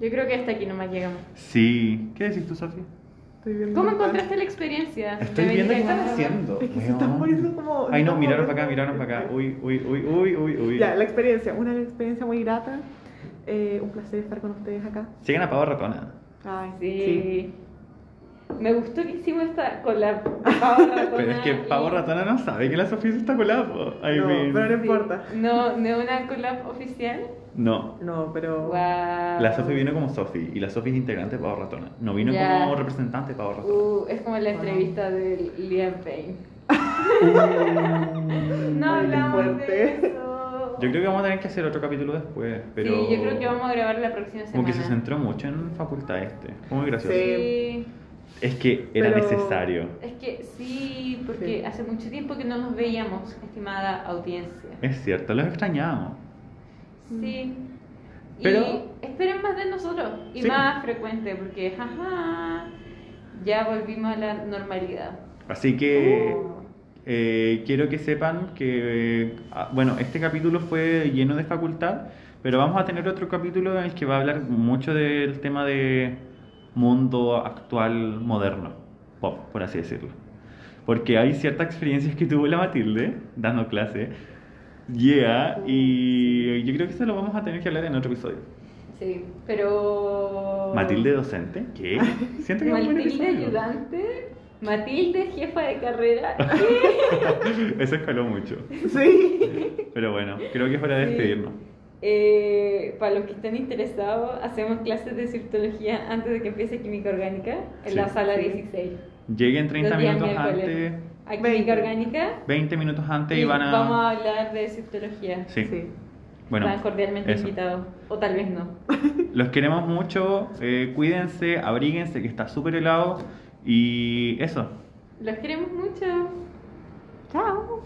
Speaker 2: Yo creo que hasta aquí nomás llegamos.
Speaker 1: sí. ¿Qué decís tú, Sofía?
Speaker 3: Estoy viendo
Speaker 2: ¿Cómo
Speaker 3: un pan.
Speaker 2: encontraste la
Speaker 3: Ah,
Speaker 2: experiencia? de
Speaker 1: Estoy
Speaker 2: venir
Speaker 1: viendo qué
Speaker 2: acá?
Speaker 1: están haciendo.
Speaker 3: Es que se están
Speaker 1: weón.
Speaker 3: poniendo como-
Speaker 1: Ay, no,
Speaker 3: están
Speaker 1: miraron para
Speaker 3: poniendo-
Speaker 1: acá, miraron para acá. Uy, uy, uy, uy, uy, uy.
Speaker 3: Ya, la experiencia. Una experiencia muy grata. Eh, un placer estar con ustedes acá.
Speaker 1: Sigan a Pavo Ratona.
Speaker 3: Ay,
Speaker 2: Sí. Me gustó que hicimos esta con la pavo ratona.
Speaker 1: Pero es que
Speaker 2: y-
Speaker 1: Pavo Ratona no sabe que la Sofía se está colado. I
Speaker 3: No,
Speaker 1: mean.
Speaker 3: pero- No
Speaker 2: Sí.
Speaker 3: importa.
Speaker 2: No, no es una collab oficial.
Speaker 1: No.
Speaker 3: No, pero.
Speaker 2: Wow.
Speaker 1: La Sofi vino como Sofi y la Sofi es integrante de Pavo Ratona. No vino
Speaker 2: Ya.
Speaker 1: como representante de Pavo Ratona.
Speaker 2: Uh, es como la
Speaker 3: Wow.
Speaker 2: entrevista de Liam Payne. no hablamos de
Speaker 3: Uh, fuerte.
Speaker 2: eso.
Speaker 1: Yo creo que vamos a tener que hacer otro capítulo después, pero.
Speaker 2: Sí, yo creo que vamos a grabar la próxima
Speaker 1: Como
Speaker 2: semana.
Speaker 1: que se centró mucho en facultad este. Fue muy gracioso.
Speaker 2: Sí.
Speaker 3: Sí.
Speaker 1: Es que era
Speaker 3: Pero-
Speaker 1: necesario.
Speaker 2: Es que sí, porque
Speaker 3: Sí.
Speaker 2: hace mucho tiempo que no nos veíamos, estimada audiencia.
Speaker 1: Es cierto, los extrañamos.
Speaker 3: Mm.
Speaker 2: Sí.
Speaker 1: Pero-
Speaker 2: Y esperen más de nosotros y
Speaker 1: Sí.
Speaker 2: más frecuente, porque jaja, ya volvimos a la normalidad.
Speaker 1: Así que.
Speaker 3: Oh.
Speaker 1: eh, quiero que sepan que, eh, ah, bueno, este capítulo fue lleno de facultad, pero vamos a tener otro capítulo en el que va a hablar mucho del tema de mundo actual moderno, pop, por así decirlo. Porque hay ciertas experiencias que tuvo la Matilde dando clase, yeah, y yo creo que eso lo vamos a tener que hablar en otro episodio.
Speaker 2: Sí, pero.
Speaker 1: Matilde docente, ¿qué? Siento que es un buen
Speaker 2: Matilde
Speaker 1: episodio.
Speaker 2: ayudante, Matilde jefa de carrera. ¿Qué?
Speaker 1: Eso escaló mucho.
Speaker 3: Sí.
Speaker 1: Pero bueno, creo que es hora de
Speaker 2: Sí.
Speaker 1: despedirnos.
Speaker 2: Eh, para los que estén interesados, hacemos clases de cirtología antes de que empiece química orgánica en
Speaker 1: Sí.
Speaker 2: la sala
Speaker 3: Sí.
Speaker 2: 16.
Speaker 1: Lleguen 30
Speaker 2: los días
Speaker 1: minutos
Speaker 2: miércoles.
Speaker 1: antes.
Speaker 2: A
Speaker 3: Veinte.
Speaker 2: química orgánica.
Speaker 1: 20 minutos antes
Speaker 2: y
Speaker 1: iban a...
Speaker 2: Vamos a hablar de cirtología.
Speaker 1: Sí.
Speaker 3: Sí.
Speaker 1: Bueno,
Speaker 2: Están cordialmente
Speaker 1: eso.
Speaker 2: invitados. O tal vez no.
Speaker 1: Los queremos mucho, eh, cuídense, abríguense que está súper helado Y eso.
Speaker 2: Los queremos mucho.
Speaker 3: Chao.